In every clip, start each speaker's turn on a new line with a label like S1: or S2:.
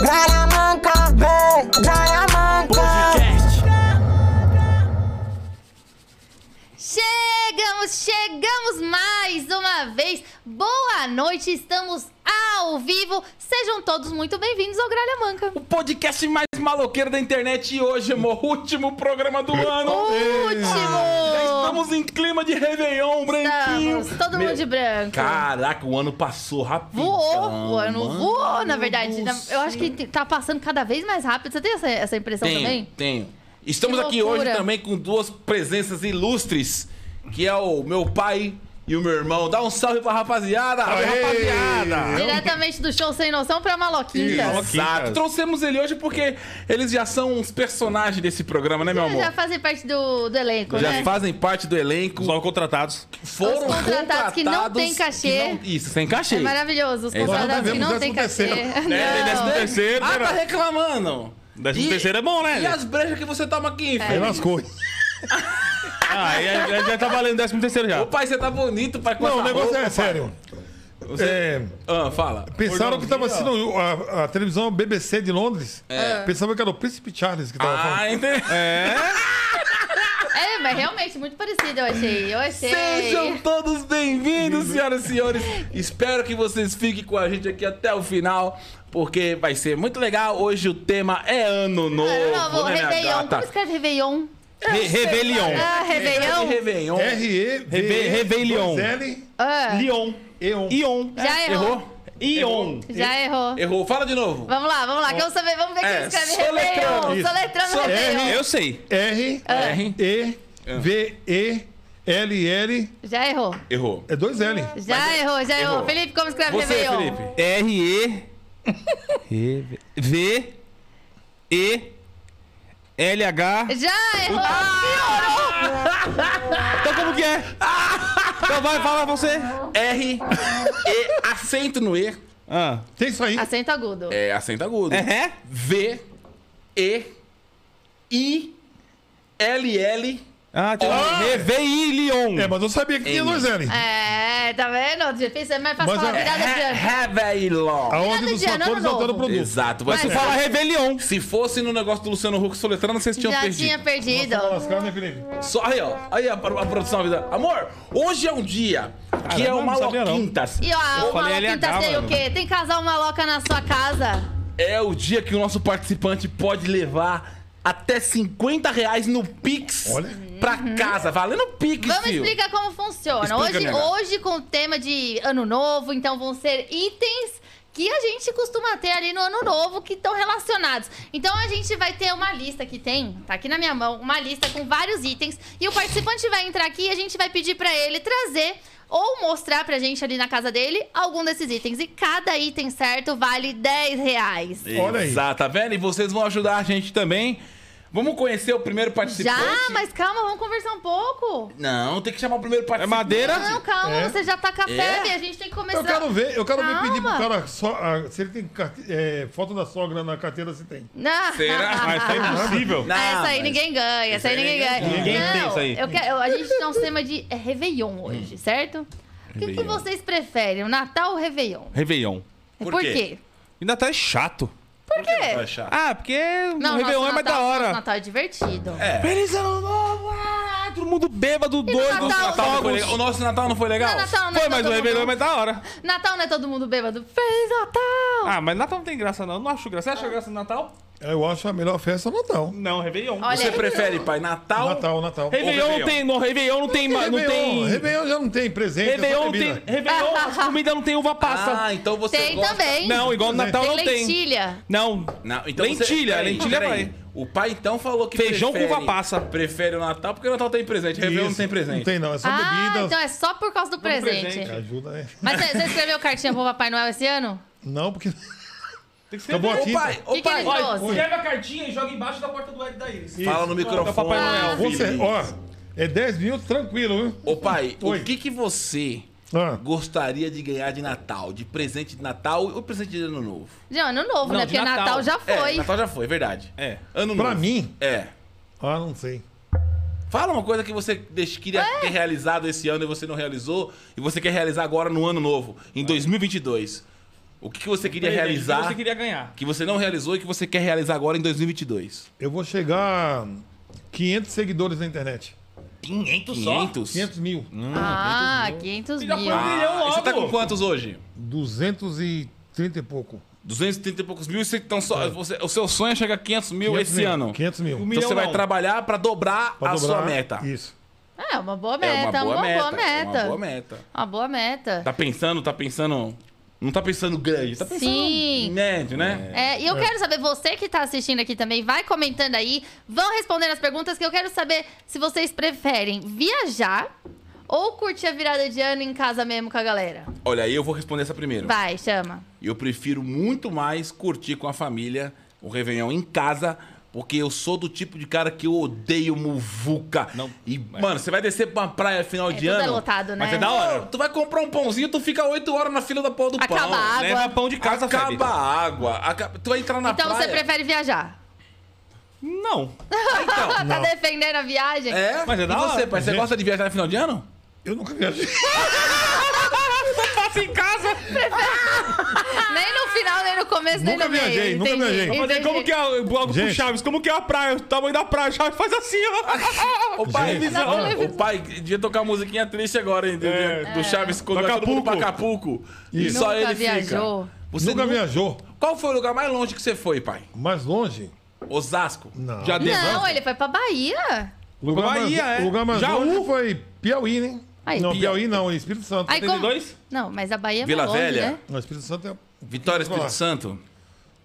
S1: Danamanca, vem, Danamanca.
S2: Chegamos, chegamos mais uma vez. Boa noite, estamos ao vivo. Sejam todos muito bem-vindos ao Gralha Manca.
S3: O podcast mais maloqueiro da internet e hoje, amor, último programa do ano. Já
S2: Último!
S3: estamos em clima de Réveillon, branquinho.
S2: Oh. Estamos todo
S3: Meu,
S2: mundo de branco.
S3: Caraca, o ano passou rápido.
S2: Voou, o ano
S3: mano
S2: voou, na verdade.
S3: do
S2: Eu acho que
S3: céu.
S2: tá passando cada vez mais rápido. Você tem essa, essa impressão
S3: Tenho,
S2: também?
S3: tenho. Estamos
S2: Que
S3: aqui hoje
S2: loucura.
S3: também com duas presenças ilustres, que é o meu pai e o meu irmão. Dá um salve pra rapaziada. Salve,
S4: Aê!
S3: rapaziada.
S2: Diretamente do show Sem Noção pra Maloquintas.
S4: Isso.
S3: Exato. Trouxemos ele hoje porque eles já são uns personagens desse programa, né, meu
S2: Eles
S3: amor?
S2: É, já fazem parte do, do elenco,
S3: Já
S2: né?
S3: fazem parte do elenco.
S4: Só contratados.
S3: Foram
S2: Os contratados que não
S3: contratados
S2: têm cachê.
S3: que não- Isso, sem cachê.
S2: É maravilhoso. Os
S3: Exato.
S2: contratados que
S4: Nós
S2: não
S4: vemos
S2: tem cachê.
S4: 13º, né?
S2: Não.
S4: Tem
S3: Né?
S4: 13º,
S3: Ah, tá
S4: cara.
S3: reclamando.
S4: 13º
S3: E-
S4: é bom, né?
S3: E as brejas que você toma aqui,
S2: É.
S4: Aí
S3: filho?
S4: lascou. ah, aí já, já tá valendo 13 terceiro já.
S3: Ô, pai, você tá bonito, pai. com
S4: Não, o
S3: essa
S4: negócio
S3: roupa,
S4: é
S3: pai.
S4: sério. É,
S3: Ah, fala.
S4: pensaram que tava assistindo a, a televisão BBC de Londres.
S3: É.
S4: Pensavam que era o Príncipe Charles que tava
S3: Ah,
S4: falando.
S3: entendi.
S2: É, mas realmente muito parecido, eu achei. Eu achei.
S3: Sejam todos bem-vindos, senhoras e senhores. Espero que vocês fiquem com a gente aqui até o final, porque vai ser muito legal. Hoje o tema é Ano Novo,
S2: Ano novo,
S3: né, minha
S2: Réveillon. Como
S3: gata?
S2: escreve Réveillon?
S4: Re Rebelião.
S2: Ah, Réveillon?
S3: É, Réveillon.
S4: R-E-V. Ah, é. Rebe- Rebelion.
S2: Ah,
S4: Leon. um. Eon.
S3: Ion.
S2: Já
S3: É,
S2: errou.
S3: Errou?
S4: Ion.
S2: já errou.
S3: Errou. Fala de novo.
S2: Vamos lá, vamos lá. Quero saber, vamos ver
S3: É,
S2: quem escreve
S3: soletrando
S2: Réveillon.
S4: isso.
S2: Soletrando
S3: Soletra-
S2: Réveillon. É.
S4: Eu
S3: sei.
S4: R.
S3: R.
S4: E. V. E. L. L.
S2: Já errou.
S3: Errou.
S4: É dois L.
S2: Já errou, já errou.
S3: errou.
S2: Felipe, como escreve
S3: Você,
S2: Réveillon?
S3: Felipe.
S5: R E E- V E L H.
S2: Já errou. Piorou.
S5: Então como que é? Então vai, fala você.
S3: R, E, acento no E.
S5: Ah.
S4: Tem isso aí.
S2: Acento agudo.
S3: É, acento agudo.
S5: É ré?
S3: V, E, I, L, L.
S5: Ah, tem
S3: Ah!
S5: Revei Leon.
S4: É, mas eu sabia que tinha
S3: N.
S4: dois L.
S2: É, tá vendo? Difícil, é mais fácil
S4: Mas
S2: falar
S4: é-
S2: virada de
S3: Ré-
S2: ano.
S3: Réveillon.
S4: Aonde
S2: Nada
S4: dos
S2: de ano
S4: fatores altera o
S2: novo.
S4: produto.
S3: Exato. Mas
S2: Mas
S3: se,
S5: Você
S2: é.
S5: fala
S3: fala-
S5: Rebelion.
S3: se fosse no negócio do Luciano Huck soletrando, vocês tinham
S2: Já
S3: um perdido.
S2: tinha perdido.
S4: Tá lascado, né, Felipe?
S3: Só aí, ó. Aí a, a produção avisa. Amor, hoje é um dia que é
S4: Caramba,
S3: o
S4: não sabia, não.
S3: Maloquintas.
S2: E ó, o
S5: falei
S2: maloquinta
S5: LH,
S2: tem o
S5: mano.
S2: quê? Tem casal maloca na sua casa?
S3: É o dia que o nosso participante pode levar até 50 reais no Pix
S4: Olha.
S3: pra casa. Valendo Pix,
S2: Uhum. Vamos
S3: fio.
S2: explicar como funciona.
S3: Explica,
S2: hoje,
S3: minha gata.
S2: hoje, com o tema de ano novo, então vão ser itens que a gente costuma ter ali no ano novo que estão relacionados. Então a gente vai ter uma lista que tem, tá aqui na minha mão, uma lista com vários itens e o participante vai entrar aqui e a gente vai pedir pra ele trazer ou mostrar pra gente ali na casa dele algum desses itens. E cada item certo vale 10 reais.
S4: Olha aí.
S3: Exato, tá vendo? E vocês vão ajudar a gente também. Vamos conhecer o primeiro participante.
S2: Já, mas calma, vamos conversar um pouco.
S3: Não, tem que chamar o primeiro participante.
S5: É madeira?
S2: Não, calma,
S4: É.
S2: você já tá com a
S3: É.
S2: febre, a gente tem que começar.
S4: Eu quero ver, eu quero ver pedir pro
S2: Calma.
S4: cara só, ah, se ele tem carte- é, foto da sogra na carteira, se tem.
S2: Não.
S3: Será?
S4: Mas tá impossível.
S3: Não,
S2: Ah, essa aí
S3: mas-
S2: ninguém ganha, essa aí ninguém ganha.
S5: Ninguém
S2: não,
S5: tem isso aí. Hum.
S2: Eu quero, a gente tá um tema de é, Réveillon hoje, certo? O que, que
S5: Réveillon.
S2: vocês preferem, o Natal ou o Réveillon? É,
S5: Réveillon.
S3: Por
S2: Por
S3: quê?
S2: quê?
S5: Ainda tá chato.
S2: Por
S3: Vai
S2: quê?
S3: achar.
S5: Ah, porque o
S2: Não,
S5: Réveillon
S2: nosso
S5: é
S2: Natal-
S5: mais da hora.
S2: nosso Natal é divertido.
S3: É.
S5: Feliz ano novo! ah, Todo mundo bêbado, doido,
S2: Natal?
S3: Natal não foi
S5: fogos.
S3: legal. O nosso Natal não foi
S2: Não,
S3: legal?
S2: Natal não é
S5: Foi, mas o
S2: todo
S5: Réveillon é
S2: mundo...
S5: mais da hora.
S2: Natal não é todo mundo bêbado. Feliz Natal!
S5: Ah, mas Natal não tem graça, não. Eu Não acho graça. Você acha graça no Natal?
S4: Eu acho a melhor festa é o Natal.
S5: Não, Réveillon.
S2: Olha
S3: Você
S2: aí.
S3: prefere, pai, Natal?
S4: Natal, Natal.
S5: Réveillon,
S3: Réveillon.
S5: não tem. No Réveillon não tem. ma- Não
S4: Réveillon,
S5: tem.
S4: Réveillon já não tem presente.
S5: Réveillon
S4: é só
S5: não tem.
S4: bebida.
S5: Réveillon, as comidas não tem uva passa.
S3: Ah, então você
S2: Tem
S3: gosta...
S2: também.
S5: não, igual no Natal
S2: tem
S5: não tem.
S2: lentilha.
S5: Não.
S3: Não, então
S5: Lentilha,
S3: você... peraí,
S5: lentilha
S3: peraí.
S5: vai.
S3: O pai então falou que
S5: Feijão com
S3: prefere,
S5: uva passa.
S3: Prefere o Natal porque o Natal tem presente. Réveillon não
S4: Isso,
S3: tem presente.
S4: Não tem, não. É só
S2: Ah,
S4: bebida.
S2: então é só por causa do presente.
S5: presente.
S4: Ajuda, né?
S2: Mas você, você escreveu cartinha pro Papai Noel esse ano?
S4: Não, porque.
S5: Tem que ser.
S4: Acabou a
S3: Ô,
S4: tinta.
S3: pai,
S2: O que,
S3: ô,
S2: que ele
S3: pai.
S2: trouxe?
S5: Escreve a cartinha e joga embaixo da porta do Ed da Iris.
S3: Fala no microfone.
S5: Não, tá Papai
S2: Ah.
S5: Noel,
S4: Com
S3: filho.
S4: cer- Ó, é 10 minutos tranquilo, viu?
S3: Ô, pai,
S4: Oi.
S3: o que que você
S4: Ah,
S3: gostaria de ganhar de Natal? De presente de Natal ou presente de Ano Novo?
S2: De ano novo,
S5: Não,
S2: né?
S5: de
S2: Porque Natal.
S5: Natal.
S2: já foi.
S3: É, Natal já foi, é verdade.
S5: É.
S3: Ano
S4: pra
S3: Novo.
S4: mim,
S3: É.
S4: ah, não sei.
S3: Fala uma coisa que você deixa- queria
S2: É.
S3: ter realizado esse ano e você não realizou, e você quer realizar agora no ano novo, em 2022. É. O que, que você queria
S4: Presente,
S3: realizar,
S4: Você queria ganhar.
S3: que você não realizou e que você quer realizar agora em 2022?
S6: Eu vou chegar a 500 seguidores na internet.
S4: 500
S3: 500?
S6: 500 mil.
S3: Hum.
S2: Ah,
S5: Hum,
S2: 500
S4: Já
S2: mil.
S4: foi um milhão
S3: Ah, e
S4: logo.
S3: você tá com quantos hoje?
S6: 230 e pouco.
S3: 230 e poucos mil. e Você, então, só, você- o seu sonho é chegar a 500 mil
S6: 500
S3: esse
S6: mil.
S3: ano.
S6: 500 mil.
S4: Um
S3: Então
S4: milhão
S3: você vai
S4: não.
S3: trabalhar pra dobrar
S6: Pra
S3: a
S6: dobrar.
S3: sua meta.
S6: Isso.
S2: É, uma boa
S3: É
S2: meta, uma boa
S3: Uma
S2: meta.
S3: boa meta.
S2: Uma boa meta.
S3: Tá pensando, tá pensando. Não tá pensando grande, tá pensando
S2: Sim.
S3: médio, né?
S2: É, e eu quero saber, você que tá assistindo aqui também, vai comentando aí, vão respondendo as perguntas que eu quero saber se vocês preferem viajar ou curtir a virada de ano em casa mesmo com a galera.
S3: Olha, aí eu vou responder essa primeiro.
S2: Vai, chama.
S3: Eu prefiro muito mais curtir com a família o Réveillon em casa, porque eu sou do tipo de cara que eu odeio muvuca.
S4: Não,
S3: e,
S4: mas-
S3: mano, você vai descer pra uma praia final de
S2: tudo
S3: ano.
S2: é lotado, né?
S3: Mas é da hora. Tu vai comprar um pãozinho, tu fica 8 horas na fila da porra do
S2: Acaba
S3: pão.
S2: a água.
S4: Leva pão de casa,
S3: acaba
S4: Feb.
S3: a água. acaba- Tu vai entrar na
S2: então
S3: praia.
S2: você prefere viajar?
S4: Não.
S3: Então,
S2: tá defendendo a viagem?
S3: é?
S4: Mas é da
S3: e
S4: hora.
S3: você, pai, você
S6: Gente.
S3: gosta de viajar no final de ano?
S6: Eu nunca viajei.
S4: Passa em casa.
S2: Nem no final, nem no começo, nem
S6: Nunca
S2: no meio.
S6: viajei, nunca
S2: Entendi,
S6: viajei.
S4: Mas aí,
S2: entendi.
S4: como que é algo pro
S6: Gente.
S4: Chaves? Como que é a praia? O tamanho da praia. Chaves faz assim, ó.
S3: Ô pai,
S6: Gente.
S3: visão.
S2: é
S3: Ô pai, devia tocar uma musiquinha triste agora, entendeu?
S4: É.
S3: Do Chaves quando vai todo
S4: Acapulco.
S3: mundo pra Acapulcu. E
S6: Isso.
S3: só
S2: Nunca
S3: ele
S2: viajou.
S3: fica. Você
S6: nunca
S3: nu-
S6: viajou.
S3: Qual foi o lugar mais longe que você foi, pai?
S6: Mais longe.
S3: Osasco? né?
S6: Não.
S3: Diadema?
S2: Não, ele foi pra Bahia.
S6: Lugar
S4: Bahia,
S6: mais,
S4: é.
S6: lugar mais
S4: Jaú.
S6: longe foi Piauí, né?
S2: Aí.
S6: não, Piauí não, é Espírito Santo.
S2: Aí, como...
S4: 72?
S2: Não, mas a Bahia é
S3: Vila
S2: mais longe,
S3: Velha?
S2: né?
S6: Não, Espírito Santo é.
S3: Vitória, Espírito
S6: Olá.
S3: Santo?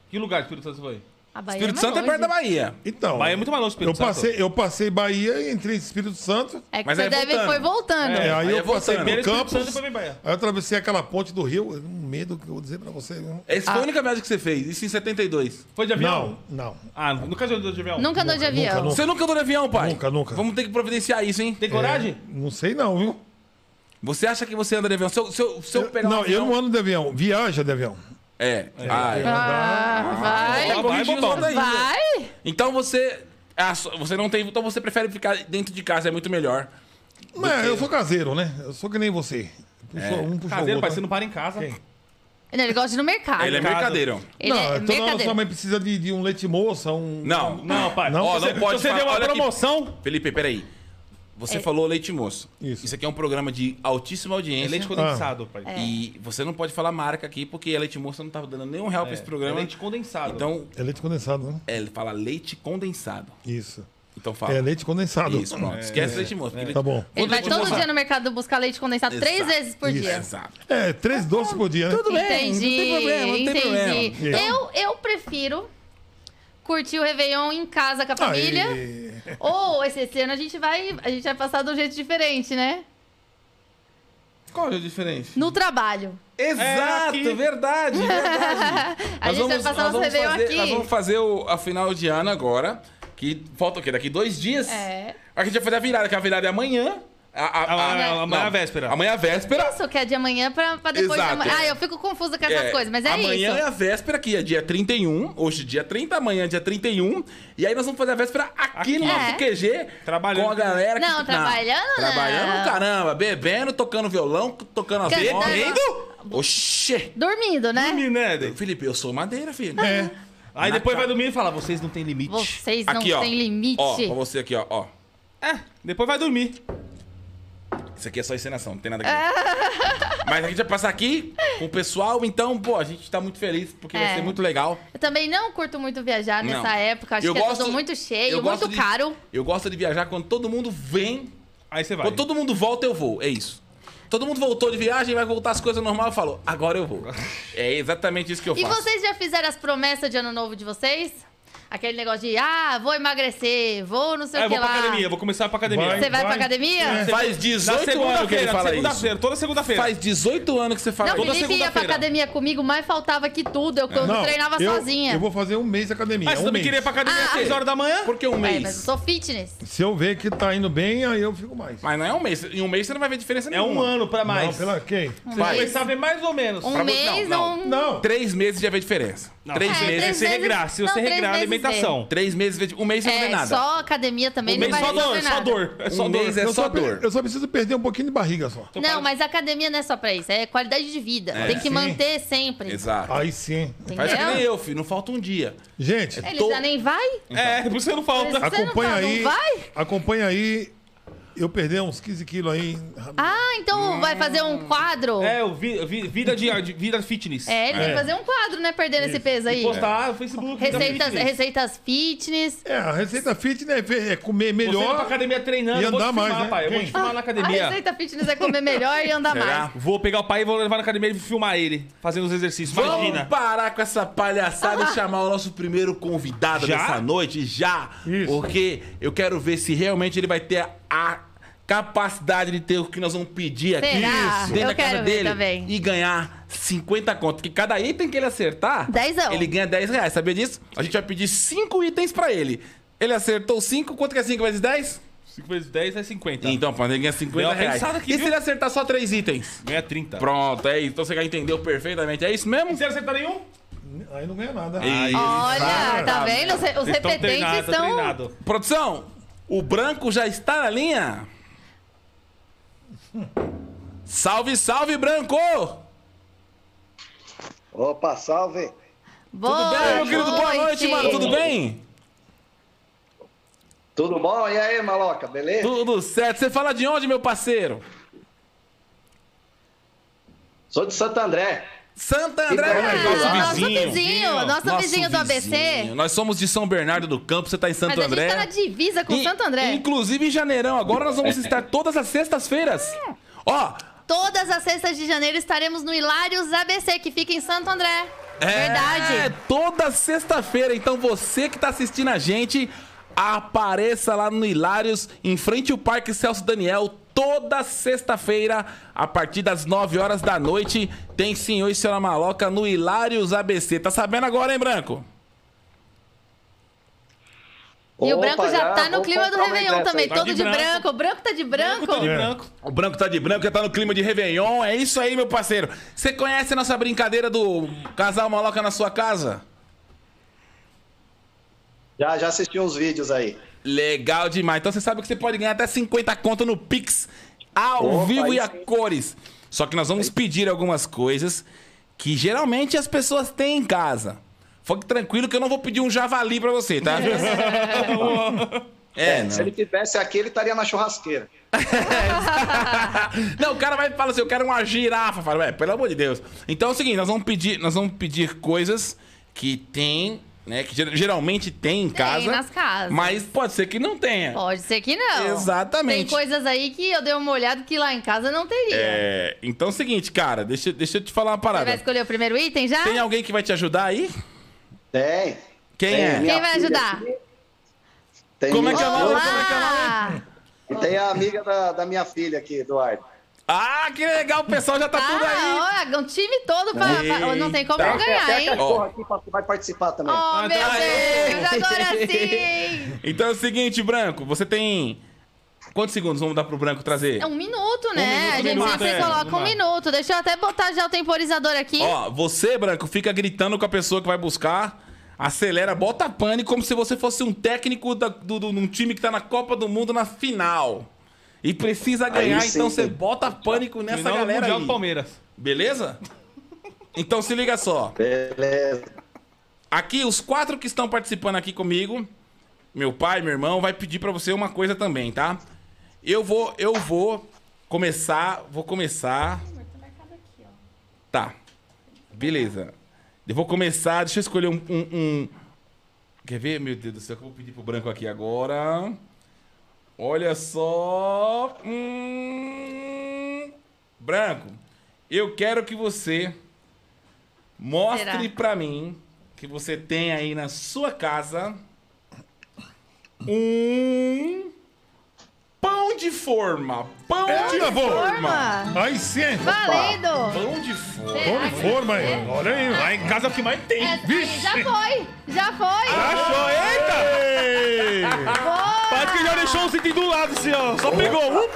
S4: Que lugar do Espírito Santo você foi?
S2: A Bahia
S3: Espírito
S2: mais
S3: Santo é
S2: longe.
S3: perto da Bahia.
S6: Então.
S4: Bahia é muito mais longe do
S6: eu
S4: Espírito Santo.
S6: passei, eu passei Bahia e entrei em Espírito Santo.
S2: É que
S3: Mas
S2: você
S3: aí
S2: deve
S3: voltando.
S2: foi voltando.
S6: É, aí,
S3: aí é
S6: eu passei
S3: voltando.
S6: por
S4: Primeiro Espírito Santo,
S6: Campos.
S4: depois vem Bahia.
S6: Aí eu atravessei aquela ponte do rio. Um medo que eu vou dizer pra você. Não,
S3: Essa
S2: Ah.
S3: foi a única viagem que você fez, isso em 72.
S4: Foi de É avião?
S6: não. não.
S4: Ah, nunca andou de avião.
S3: É.
S2: Nunca andou de avião.
S6: nunca, nunca.
S3: Você nunca andou de avião, pai?
S6: Nunca, nunca.
S3: Vamos ter que providenciar isso, hein?
S4: Tem coragem?
S6: É, Não sei não, viu?
S3: Você acha que você anda de avião? Se eu, se eu,
S4: Então,
S3: se eu pegar um
S6: não, eu
S3: avião...
S6: não ando de avião. Viaja de avião.
S3: É. Ah, é.
S2: Ah, vai.
S3: Tá corrigindo os
S4: Vai,
S3: outros ainda.
S2: Vai?
S3: Então você... ah, so- você não tem... Então você prefere ficar dentro de casa, é muito melhor.
S6: Mas eu sou caseiro, né? Eu sou que nem você. Puxou
S3: É.
S6: um, puxou
S4: Caseiro,
S6: outro.
S4: pai, você não para em casa.
S2: Não, ele gosta de ir no mercado.
S3: Ele é
S4: casa.
S3: mercadeiro.
S2: Ele
S6: não,
S2: é
S6: toda hora
S2: mercadeiro.
S6: sua mãe precisa de, de um leite moça, um.
S3: Não.
S4: Não, pai.
S6: Não,
S4: se
S3: Ó,
S4: você,
S3: não pode
S4: se você
S3: falar-
S4: deu uma
S3: olha aqui.
S4: promoção...
S3: Felipe, peraí.
S2: É.
S3: Você falou leite moço.
S6: Isso.
S3: aqui é um programa de altíssima audiência.
S4: É leite condensado, pai.
S2: É.
S3: E você não pode falar marca aqui, porque a leite moça não tá dando nenhum real pra esse programa.
S4: É leite condensado.
S3: Então,
S6: É leite condensado, né?
S3: é, ele fala leite condensado.
S6: Isso.
S3: Então fala.
S6: É leite condensado.
S3: Isso, pronto.
S4: É,
S3: Esquece leite moço. porque leite-
S6: Tá bom.
S2: Ele vai
S3: Leite
S2: todo
S3: moça-
S2: dia no mercado buscar leite condensado três
S3: Exato.
S2: vezes por
S6: Isso.
S2: dia.
S3: Exato.
S6: É, três doces por dia, né?
S3: Tudo bem, não
S2: Entendi,
S3: tem problema, não tem
S2: entendi.
S3: problema.
S2: Eu, eu prefiro curtir o Réveillon em casa com a
S6: Ah,
S2: família.
S6: Aí.
S2: Ou esse, esse ano a gente vai. A gente vai passar de um jeito diferente, né?
S3: Qual é a diferença?
S2: No trabalho.
S3: Exato,
S4: É, aqui.
S3: verdade, verdade.
S2: A gente vai passar
S3: nós
S2: nosso
S3: vamos
S2: Réveillon
S3: fazer,
S2: aqui.
S3: Nós vamos fazer o, a final de ano agora, que falta o quê? Daqui dois dias?
S2: É.
S3: A gente vai fazer a virada, que a virada é amanhã. A, a,
S4: Amanhã- amanhã
S3: não.
S4: é véspera.
S3: Amanhã é véspera.
S2: Isso que é de amanhã pra, pra depois de
S3: Exato.
S2: amanhã. Ah, eu fico confusa com essas
S3: É,
S2: coisas, mas é
S3: amanhã é
S2: isso.
S3: a véspera, que é dia 31. Hoje dia 30, amanhã dia 31. E aí nós vamos fazer a véspera aqui, no
S2: Aqui.
S3: nosso
S2: É.
S3: QG.
S4: Trabalhando.
S3: Com a galera que... tá
S2: Não, trabalhando né? não.
S3: Trabalhando, caramba. Bebendo, tocando violão, tocando as
S2: Cantando.
S3: Bebendo? Oxê.
S2: Dormindo, né?
S4: Dormir, né, Eden?
S3: Felipe, eu sou madeira, filho.
S5: É.
S4: Aí
S3: É. Na
S4: depois
S3: ca-
S4: vai dormir e fala, vocês não têm limite.
S2: Vocês não
S3: Aqui, ó.
S2: têm limite.
S3: Ó, pra você aqui, ó. ó.
S4: É, depois vai dormir.
S3: Isso aqui é só encenação, não tem nada aqui. Mas a gente vai passar aqui com o pessoal, então, pô, a gente tá muito feliz, porque vai
S2: É.
S3: ser muito legal.
S2: Eu também não curto muito viajar Ah, nessa
S3: Não.
S2: época. Acho
S3: Eu
S2: que é
S3: gosto-
S2: tudo muito cheio,
S3: eu gosto
S2: muito
S3: de-
S2: caro.
S3: Eu gosto de viajar quando todo mundo vem.
S4: Aí você vai.
S3: Quando todo mundo volta, eu vou. É isso. Todo mundo voltou de viagem, vai voltar as coisas normal, eu falo, agora eu vou. É exatamente isso que eu
S2: E
S3: faço.
S2: vocês já fizeram as promessas de ano novo de vocês? Aquele negócio de, ah, vou emagrecer, vou não sei
S4: É,
S2: o
S4: eu
S2: que
S4: vou pra
S2: lá.
S4: academia, vou começar pra academia.
S6: Vai.
S2: Você vai pra
S6: Vai. É.
S2: academia?
S3: Faz 18 anos que ele
S4: segunda-feira,
S3: fala isso.
S4: segunda-feira, toda segunda-feira.
S3: Faz 18 anos que você fala
S2: Não,
S3: isso.
S4: toda
S2: Felipe ia pra
S4: segunda-feira.
S2: academia comigo, mas faltava que tudo.
S3: É.
S2: Eu, eu
S6: Não,
S2: treinava
S6: eu-
S2: sozinha.
S6: Eu vou fazer um mês de academia.
S4: Mas Ah,
S6: um
S4: você também
S6: mês.
S4: queria ir pra academia
S2: Ah,
S4: às 6 horas da manhã?
S3: Por que um
S2: Ué,
S3: mês?
S2: É, mas eu sou fitness.
S6: Se eu ver que tá indo bem, aí eu fico mais.
S3: Mas não é um mês. Em um mês você não vai ver diferença
S4: É um
S3: nenhuma.
S4: ano pra mais.
S6: Não, pela quem?
S4: Você vai
S3: Vai.
S4: começar a ver mais ou menos.
S2: Um
S3: Pra vo-
S2: mês
S3: não,
S2: não.
S6: Não.
S3: Três meses já vê diferença. Três
S2: É,
S3: meses.
S2: três
S3: Três,
S2: meses.
S5: Você regrar, se
S2: não,
S5: você
S2: três
S5: regrar a
S2: meses
S5: alimentação.
S3: meses, um mês sem comer
S2: É,
S3: nada.
S2: só academia também
S5: Um
S2: não vai
S5: mês só dor,
S2: resolver
S5: só
S2: nada.
S5: dor. É só
S3: um
S5: dor.
S3: mês é
S6: Eu
S3: só
S6: só, pre-
S3: dor.
S6: eu só preciso perder um pouquinho de barriga só.
S2: Não, mas academia não é só pra isso, é qualidade de vida. Tem que
S6: sim.
S2: manter sempre.
S3: Exato.
S6: Aí sim.
S3: Faz que
S2: Entendeu?
S3: nem eu, filho. Não falta um dia.
S6: Gente,
S2: Ele
S3: Tô-
S2: já nem vai?
S5: É, por isso que não falta.
S2: Você não
S6: acompanha
S2: tá- não
S6: aí.
S2: vai?
S6: Acompanha aí. Eu perdi uns 15 quilos aí.
S2: Ah, então vai fazer um quadro? É,
S5: Hum. É, eu vi, vi- vida, de, de- vida fitness.
S2: ele tem que fazer um quadro, né? Perdendo esse peso aí.
S5: E postar no Facebook. vida
S2: Receitas,
S5: fitness.
S2: receitas fitness.
S6: É, a receita fitness é fe- é comer
S5: Você indo pra
S6: melhor.
S3: tá
S5: academia treinando,
S6: E
S5: eu vou te
S6: andar mais,
S5: filmar,
S6: né?
S5: pai. Eu vou
S6: Quem?
S5: te filmar
S2: A
S5: na academia.
S2: receita fitness é comer melhor e andar
S3: Será?
S2: mais.
S5: Vou pegar o pai e vou levar na academia e filmar ele fazendo os exercícios. Imagina. Ah!
S3: Vamos parar com essa palhaçada e chamar o nosso primeiro convidado
S5: Já?
S3: dessa noite, já. Porque eu quero ver se realmente ele vai ter a capacidade de ter o que nós vamos pedir aqui
S2: Será?
S3: dentro
S2: Eu
S3: da casa
S2: quero ver
S3: dele
S2: também.
S3: e ganhar 50 conto. Porque cada item que ele acertar,
S2: Dezão.
S3: ele ganha 10 reais. Sabia disso? A gente vai pedir 5 itens pra ele. Ele acertou 5, quanto que é 5 vezes 10?
S5: 5 vezes 10 é 50.
S3: Então, pô, ele ganha 50
S5: Deu uma
S3: reais.
S5: pensada aqui,
S3: e se
S5: viu?
S3: ele acertar só 3 itens?
S5: Ganha 30.
S3: Pronto, é isso. Então você já entendeu perfeitamente. É isso mesmo?
S5: Você não acertar nenhum?
S6: Aí não ganha nada.
S3: Aí.
S2: Olha, tá vendo? Os, re-
S5: Então,
S2: os
S3: Então
S2: repetentes
S5: treinados,
S2: estão.
S5: treinados.
S3: Produção, o branco já está na linha? Salve, salve, branco!
S7: Opa, salve!
S2: Boa,
S3: Tudo bem, meu querido? Boa noite, mano, tudo bem?
S7: Tudo bom? E aí, maloca, beleza?
S3: Tudo certo. Você fala de onde, meu parceiro?
S7: Sou de Santo André.
S3: Santo André!
S7: Que
S2: Ah,
S7: bom, né?
S3: Nosso
S7: Nosso
S2: nosso
S5: vizinho.
S2: vizinho, nosso, vizinho do
S3: vizinho.
S2: ABC.
S3: Nós somos de São Bernardo do Campo, você tá em Santo
S2: Mas a gente
S3: André.
S2: tá na divisa com
S3: E-
S2: Santo André.
S3: Inclusive em janeirão, agora nós vamos estar todas as sextas-feiras.
S2: É.
S3: Ó,
S2: Todas as sextas de janeiro estaremos no Hilários ABC, que fica em Santo André.
S3: É,
S2: Verdade.
S3: toda sexta-feira. Então você que tá assistindo a gente, apareça lá no Hilários, em frente ao Parque Celso Daniel, toda sexta-feira, a partir das 9 horas da noite, tem senhor e senhora maloca no Hilários ABC. Tá sabendo agora, hein, Branco?
S2: E o
S7: Opa,
S2: Branco já tá no
S7: vou
S2: clima do
S7: comprar um
S2: Réveillon
S7: ingresso
S2: também,
S7: aí.
S5: Tá
S2: todo
S5: de
S2: de
S5: branco.
S2: branco. O branco tá de branco.
S5: Tô de
S6: É.
S5: branco.
S3: O branco tá de branco, já tá no clima de Réveillon. É isso aí, meu parceiro. Você conhece a nossa brincadeira do casal maloca na sua casa?
S7: Já, já assisti uns vídeos aí.
S3: Legal demais. Então você sabe que você pode ganhar até 50 conto no Pix, ao
S7: Opa,
S3: vivo e
S7: aí
S3: a
S7: sim.
S3: cores. Só que nós vamos pedir algumas coisas que geralmente as pessoas têm em casa. Fique tranquilo que eu não vou pedir um javali pra você, tá? é,
S7: Se ele
S3: não.
S7: tivesse aqui, ele estaria na churrasqueira. tá.
S3: Não, o cara vai e fala assim, eu quero uma girafa. Fala, ué, pelo amor de Deus. Então é o seguinte, nós vamos pedir, nós vamos pedir coisas que tem, né, que ger- geralmente tem em casa.
S2: nas casas.
S3: Mas pode ser que não tenha.
S2: Pode ser que não.
S3: Exatamente.
S2: Tem coisas aí que eu dei uma olhada que lá em casa não teria.
S3: É, então é o seguinte, cara, deixa, deixa eu te falar uma
S2: Você vai
S3: parada.
S2: escolher o primeiro item já?
S3: Tem alguém que vai te ajudar aí?
S7: Tem.
S3: Quem
S7: Tem
S3: é?
S7: minha
S2: Quem vai
S7: filha
S2: ajudar?
S7: aqui, Tem
S3: Como é que é o nome?
S2: Olá!
S7: E tem a amiga da, da minha filha aqui, Eduardo.
S3: Ah, que legal, o pessoal já tá tudo aí.
S2: Ah, olha, um time todo pra, pra- Não tem como não
S3: Eita.
S7: Tem
S2: ganhar,
S7: até a
S2: hein?
S7: cachorra aqui pra- que vai participar também.
S2: Oh, meu
S3: tá aí.
S2: Deus, agora sim!
S3: Então é o seguinte, Branco, você tem. Quantos segundos vamos dar pro Branco trazer?
S2: É um minuto, né?
S5: minuto
S2: a gente
S5: no
S2: sempre
S5: máximo,
S2: coloca
S5: no
S2: um
S5: máximo.
S2: minuto. Deixa eu até botar já o temporizador aqui.
S3: Ó, você, Branco, fica gritando com a pessoa que vai buscar, acelera, bota pane como se você fosse um técnico da, do, do, num time que tá na Copa do Mundo na final. E precisa ganhar,
S7: sim,
S3: então você
S7: sim.
S3: bota pânico nessa
S5: Final do
S3: galera
S5: Mundial
S3: aí.
S5: do Palmeiras.
S3: Beleza? Então se liga só.
S7: Beleza.
S3: Aqui, os quatro que estão participando aqui comigo, meu pai, meu irmão, vai pedir pra você uma coisa também, tá? Eu vou, eu vou começar, vou começar. Tá. Beleza. Eu vou começar, deixa eu escolher um, um- um- Quer ver? Meu Deus do céu, que eu vou pedir pro branco aqui agora. Olha só. Hum... Branco, eu quero que você mostre
S2: Será?
S3: pra mim que você tem aí na sua casa um pão de forma. Pão de
S6: Eita, bom.
S3: forma.
S2: Forma!
S6: Aí sim.
S2: Valendo!
S3: Pão de forma.
S6: Pão de forma aí. Olha aí.
S5: Lá em casa é o que mais tem.
S2: Essa aí já foi! Já foi!
S5: Achou, eita!
S6: Ei!
S2: Boa!
S5: Parece que já deixou o item do lado, assim, ó. Só pegou. Uh,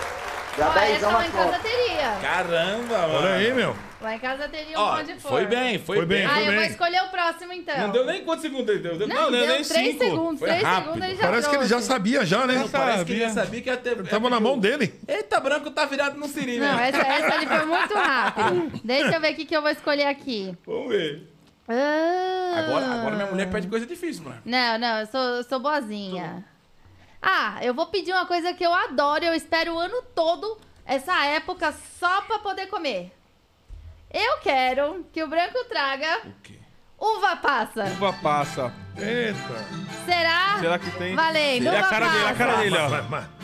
S7: Já
S2: Ó,
S7: 10
S2: essa lá
S7: é uma
S2: em casa
S7: conta.
S2: teria.
S3: Caramba, mano.
S6: Olha aí, meu.
S2: Lá em casa teria um
S3: Ó,
S2: monte de forno.
S3: foi bem, foi,
S6: Foi bem.
S3: bem.
S2: Ah, eu vou
S6: bem.
S2: escolher o próximo, então.
S3: Não deu nem quantos segundos ele deu. Deu-
S2: Ah,
S3: deu
S2: Não, deu
S3: nem
S2: três
S3: cinco.
S2: segundos.
S3: Foi
S2: três
S3: rápido.
S2: segundos ele já
S6: Parece que ele já
S2: trouxe.
S6: sabia já, né?
S3: Não, parece que ele já
S4: Sabia.
S3: sabia que ia ter.
S6: Tava na mão dele.
S3: Eita, branco tá virado no siri,
S2: Não,
S3: né?
S2: essa, essa ali foi muito rápida. Deixa eu ver o que que eu vou escolher aqui.
S3: Vamos ver.
S2: Ah.
S3: Agora, agora minha mulher pede coisa difícil, né? mano.
S2: Não, não, eu sou, eu sou boazinha. Ah, eu vou pedir uma coisa que eu adoro, eu espero o ano todo, essa época, só pra poder comer. Eu quero que o branco traga
S3: O quê?
S2: uva passa.
S5: Uva passa.
S6: Eita.
S2: Será?
S5: Será que tem?
S3: é
S2: Valendo,
S5: Olha
S2: uva
S5: a cara dele,
S2: passa.
S5: olha a cara dele, ó.
S6: Mas, mas,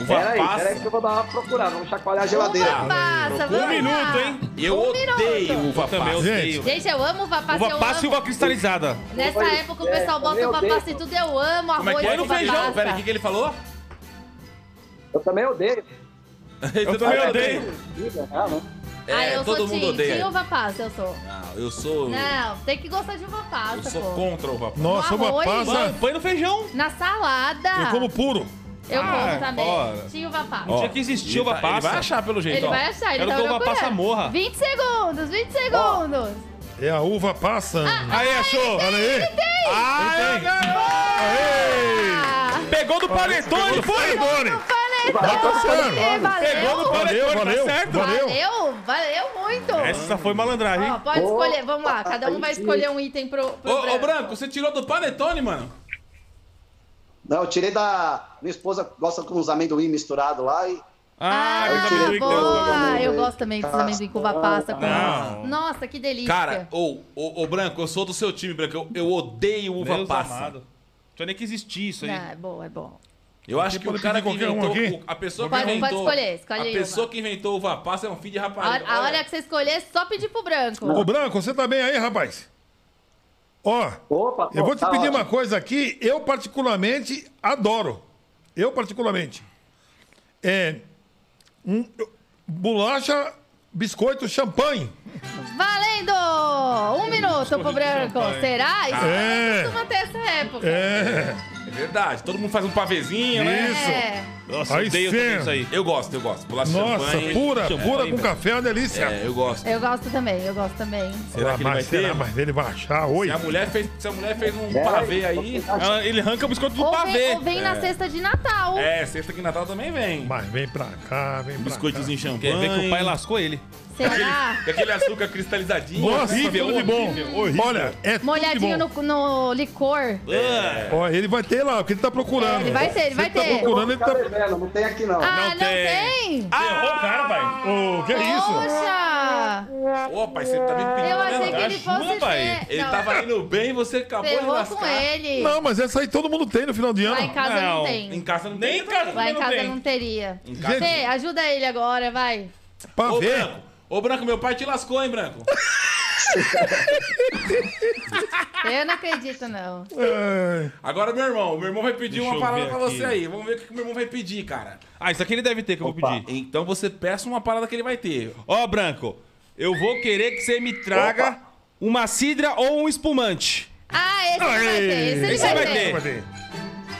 S3: Uva
S7: Peraí,
S3: passa.
S7: peraí que eu vou dar uma procurada. Vamos chacoalhar a geladeira.
S2: Uva passa, vamos
S5: Um minuto,
S2: lá.
S5: hein?
S3: Eu
S2: Um
S3: odeio
S2: minuto.
S3: uva
S5: Também eu
S3: passa.
S5: odeio.
S2: Gente, eu amo uva passa.
S5: Uva
S2: eu
S5: passa e
S2: amo.
S5: uva cristalizada.
S2: Nessa
S7: Uva-
S2: época o pessoal
S7: é,
S2: bota
S7: meu
S2: uva
S7: Deus.
S2: passa e tudo, eu amo
S3: Como é que
S2: arroz
S3: é?
S2: com
S3: No
S2: uva
S3: feijão.
S2: passa.
S3: Pera, o que, que ele falou?
S7: Eu também odeio.
S3: Eu
S5: também odeio.
S7: Ah, não.
S3: É,
S2: ah, eu
S3: todo
S2: sou
S3: mundo
S2: team,
S3: odeia.
S2: team uva passa eu sou.
S3: Ah, eu sou.
S2: Não, tem que gostar de uva
S3: Eu
S2: passa,
S3: sou
S2: pô.
S3: contra o uva passa.
S6: Nossa,
S2: No
S6: uma
S2: arroz?
S6: passa.
S5: Põe no feijão.
S2: Na salada.
S6: Eu como puro.
S2: Eu
S5: Ah,
S2: como também.
S5: ora.
S2: Tinha uva passa.
S5: Tinha que existir
S3: Ele
S5: uva
S3: tá- Ele vai
S5: passa.
S3: achar pelo jeito,
S2: Ele
S3: ó.
S2: vai achar, ele
S5: Quero
S2: tá
S5: que a uva
S2: procurando.
S5: passa morra.
S2: 20 segundos, 20 segundos.
S6: É a uva passa.
S5: Aí, achou.
S6: Olha aí.
S5: Ah,
S2: Ah,
S5: Pegou do paletone, foi.
S6: Doni.
S2: valeu,
S6: Tá
S2: Ei,
S6: passando.
S2: valeu.
S5: Pegou
S6: Valeu,
S5: no paletone, tá
S6: valeu.
S5: certo?
S6: Valeu.
S2: Valeu, valeu muito.
S3: É
S5: Essa foi malandragem,
S2: Ó,
S5: hein?
S2: pode
S7: Ô,
S2: escolher, vamos lá. Cada um vai
S7: aí sim.
S2: escolher um item pro, pro
S3: Ô, ô, Branco, você tirou do panetone, mano?
S7: Não, eu tirei da. Minha esposa gosta com uns amendoim misturado lá e.
S2: Ah,
S5: aquele amendoim que deu.
S2: boa.
S7: gosto.
S2: Eu gosto também dos amendoim com uva passa. Com...
S5: Não.
S2: Nossa, que delícia.
S3: Cara, ô, ô, ô, Branco, eu sou do seu time, Branco. Eu, eu odeio uva
S5: Deus
S3: passa.
S5: amado. Não tinha nem que existir isso aí.
S2: Não, é bom, é bom.
S3: Eu acho que o
S6: pode
S3: cara que
S6: pedir qualquer um
S3: inventou.
S6: aqui?
S3: o- A pessoa
S2: Pode-
S3: que
S2: pode
S3: inventou.
S2: escolher, escolhe aí
S3: a pessoa
S2: uma.
S3: que inventou uva passa é um filho de
S2: A,
S3: rapariga.
S2: a
S3: Olha.
S2: hora que você escolher, é só pedir pro branco.
S6: Ô, Branco, você tá bem aí, rapaz? Ó,
S7: Opa,
S6: eu
S7: pô,
S6: vou te
S7: tá
S6: pedir uma
S7: ótimo.
S6: coisa aqui. Eu, particularmente, adoro. Eu, particularmente. É. um- bolacha, biscoito, champanhe.
S2: Valendo! Um minuto pro branco. Será? Isso
S6: É.
S2: não costuma ter essa época.
S6: É.
S3: É verdade. Todo mundo faz um pavezinho, né?
S6: Isso.
S2: É.
S5: Nossa,
S6: Aí
S5: odeio
S6: sim.
S5: também isso aí.
S3: Eu gosto, eu gosto. Bolacha de
S6: Nossa,
S3: champanhe.
S6: pura, pura
S5: champanhe,
S6: com
S5: velho.
S6: café é uma delícia.
S3: É, eu gosto.
S2: Eu gosto também, eu gosto também.
S3: Será que ele vai
S6: mas será,
S3: ter?
S6: mas ele vai achar, oi.
S3: Se a mulher fez, se a mulher fez um
S7: É,
S3: pavê aí.
S5: Ah, ele arranca o biscoito do
S2: Ou vem,
S5: pavê.
S2: ou vem na cesta de Natal.
S3: É, sexta aqui em Natal também vem.
S6: Mas vem pra cá, vem pra
S3: Biscoitos
S6: cá.
S3: em champanhe.
S5: Quer ver que o pai lascou ele.
S2: Será?
S3: Com aquele açúcar cristalizadinho. né?
S6: Nossa,
S3: horrível,
S6: tudo de bom. Olha, é
S2: Molhadinho
S6: tudo de bom.
S2: no, no licor.
S5: Ah,
S6: Ó, ele vai ter lá, o que ele tá
S2: É,
S6: procurando.
S2: ele vai ter, ele
S6: Se
S2: vai
S6: Tá
S2: ter.
S6: procurando, ele tá...
S7: Fica bebendo, não tem aqui não.
S2: Ah, não, tem?
S5: tem.
S3: Ah,
S5: Errou o cara, pai.
S6: Ô, que é isso?
S2: Poxa!
S3: Ô, pai, você tá me pedindo,
S2: Eu
S3: né,
S2: achei que
S3: mano?
S2: ele
S5: Ajuda,
S2: fosse
S5: pai.
S2: ter...
S3: Ele
S2: não,
S3: tava indo bem, você acabou de
S2: ferrou com
S3: lascar.
S2: ele.
S6: Não, mas essa aí todo mundo tem no final de ano.
S2: Lá em casa não,
S5: Não.
S3: Em
S2: tem.
S3: casa não tem.
S5: Nem em casa.
S2: Lá em
S5: não
S2: casa
S5: tem.
S2: não teria.
S6: casa-
S2: Fê, ajuda ele agora, vai.
S6: Pra
S3: Ô,
S6: ver.
S3: Branco. Ô, Branco, meu pai te lascou, hein, Branco?
S2: Eu não acredito, não.
S6: É,
S3: Agora, meu irmão. Meu irmão vai pedir
S5: Deixa
S3: uma
S5: eu
S3: parada
S5: ver
S3: pra
S5: aqui.
S3: você aí. Vamos ver o que que meu irmão vai pedir, cara.
S5: Ah, isso aqui ele deve ter que eu vou pedir.
S3: Então você peça uma parada que ele vai ter.
S5: Ó, Branco, eu vou querer que você me traga uma cidra ou um espumante.
S2: Ah, esse ele vai ter, esse ele
S5: Esse
S2: vai,
S5: vai
S2: ter.
S6: vai ter.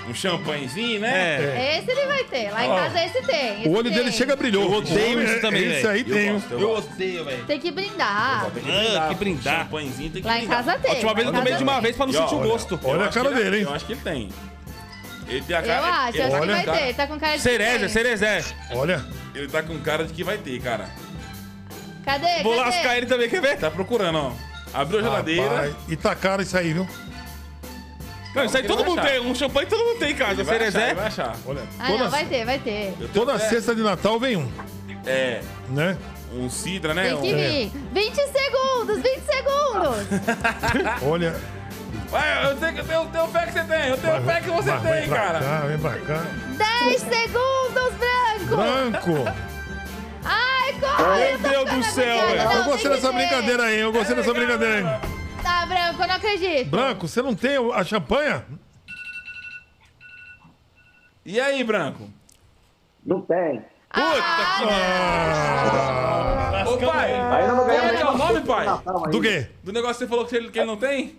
S3: Um champanhezinho, né?
S5: É.
S2: Esse ele vai ter. Lá em casa esse tem. esse
S6: O olho dele
S2: tem.
S6: chega brilhou.
S5: Eu odeio isso também,
S6: Esse
S5: velho.
S6: aí tem.
S3: gosto,
S5: Eu odeio, velho.
S2: Tem que brindar.
S3: Tem
S5: Ah, que brindar.
S3: Champanhezinho tem que
S2: Lá em
S3: brindar.
S2: casa tem.
S5: A última vez eu
S2: lá em
S5: tomei
S2: casa
S5: de uma
S2: tem.
S5: vez pra não
S3: E, ó,
S5: sentir o
S3: olha,
S5: gosto.
S3: Eu
S6: Olha a
S3: acho
S6: cara
S3: que ele-
S6: dele, hein?
S3: Eu acho que ele tem. Ele tem a
S2: Eu
S3: cara.
S2: acho, eu
S3: ele,
S2: acho que
S6: Olha,
S2: vai
S3: cara.
S2: ter. Ele tá com cara de.
S5: Cereza,
S2: quem?
S3: é.
S5: cerezé.
S6: Olha.
S3: ele tá com cara de que vai ter, cara.
S2: Cadê?
S5: Vou
S2: Cadê?
S5: lascar ele também, quer ver?
S3: Tá procurando, ó. Abriu a geladeira.
S6: rapaz, E tá caro isso aí, viu?
S5: Não, isso aí
S3: Ele vai
S5: todo mundo
S3: achar.
S5: tem. Um champanhe todo mundo tem em casa. é.
S3: Ele vai achar,
S5: Cerezé.
S3: ele vai achar.
S6: Olha.
S2: Ah,
S6: toda
S2: não, vai ter, vai ter.
S3: Eu tenho
S6: toda
S3: fé.
S6: sexta de Natal vem um,
S3: É,
S6: né?
S3: um cidra, né?
S2: Tem que
S3: Um-
S2: vir. 20 segundos, 20 segundos.
S3: Ah,
S6: Olha.
S3: Um- Vai, eu tenho, eu tenho, eu tenho fé que você tem. Eu tenho fé que você
S6: Mas
S3: tem,
S6: vem pra
S3: cara.
S6: Cá, vem pra cá.
S2: 10 segundos, branco.
S6: Branco.
S2: Ai, corre. eu tô
S5: Meu Deus
S2: ficando
S5: do céu, é.
S2: agoniada.
S5: velho.
S2: Não,
S6: Eu
S2: tem
S6: gostei
S2: que
S6: dessa
S2: ter.
S6: brincadeira aí, hein? Eu gostei dessa brincadeira aí.
S2: Tá, branco, eu não acredito.
S6: Branco, você não tem a champanha?
S3: E aí, Branco?
S7: Não tem.
S2: Ah,
S3: Ô, pai,
S7: Ainda não
S3: como é que é o
S7: ganhamos
S3: nome, pai?
S7: Natal ainda.
S6: Ah, Do quê?
S3: Do negócio que você falou que ele, que ele não tem?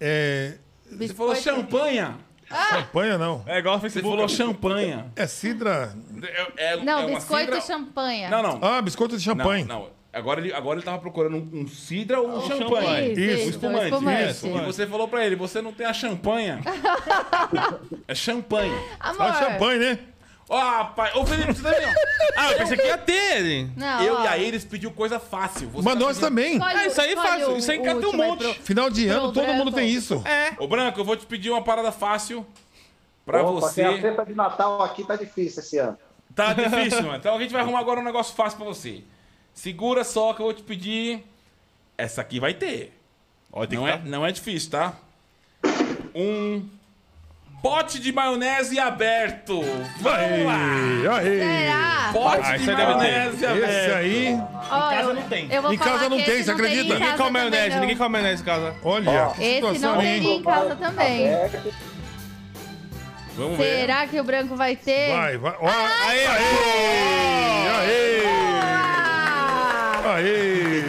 S6: É.
S3: Você falou
S2: biscoito.
S3: champanha.
S2: Ah.
S6: Champanha não.
S4: É igual o
S3: Você
S4: Facebook.
S3: falou champanha.
S6: É cidra.
S3: É- é-
S2: Não,
S3: é uma
S2: biscoito
S3: cidra-
S2: e champanha.
S3: Não, não.
S6: Ah, biscoito de champanhe.
S3: Não, não. Agora ele, agora ele tava procurando um, um cidra ou um champanhe.
S2: Isso,
S6: Isso,
S2: isso,
S3: espumante,
S2: espumante.
S6: isso,
S3: E você falou pra ele, você não tem a champanha. é champanhe.
S2: Amor.
S6: Ah, champanhe, né?
S3: Ó, rapaz. Ô, Felipe, você também, ó.
S5: Ah, eu pensei que ia ter. hein?
S2: Não,
S3: Eu
S2: ó,
S3: e a Iris pediu coisa fácil. Você
S6: Mas
S3: tá
S6: nós
S3: pedindo-
S6: também.
S2: escolhe
S5: Ah, isso aí é
S2: o-
S5: fácil,
S2: escolhe
S5: isso aí
S2: o
S5: cata um
S2: último, é
S5: monte.
S2: pro-
S6: Final de ano, todo
S2: Branco.
S6: mundo tem isso.
S3: Ô, Branco, eu vou te pedir uma parada fácil pra
S7: Opa,
S3: você.
S7: sem a festa de Natal aqui tá difícil esse ano.
S3: Tá difícil, mano. Então a gente vai arrumar agora um negócio fácil pra você. Segura só que eu vou te pedir. Essa aqui vai ter. não, é, não é difícil, tá? Um pote de maionese aberto.
S2: é
S3: Vamos lá!
S6: E aí?
S2: Será?
S3: Pote
S4: Ah,
S3: de
S4: isso aí deve ter.
S3: maionese
S6: Esse
S3: aberto.
S6: aí,
S2: Ah, Ó,
S4: casa
S2: eu-
S4: não tem.
S2: eu vou
S6: Em casa
S2: falar
S6: não
S2: que
S6: tem,
S2: esse
S6: você
S2: não teria em
S6: acredita?
S2: casa
S5: Ninguém come
S2: também,
S5: é maionese,
S2: não.
S5: ninguém come maionese em casa.
S6: olha,
S7: Ó,
S6: que
S2: Esse
S6: situação,
S2: não teria
S6: hein?
S2: em casa também.
S5: Tá
S3: Vamos ver.
S2: Será que o branco vai ter?
S6: Vai, vai. Ó, aê,
S2: Ah!
S6: aê, aê.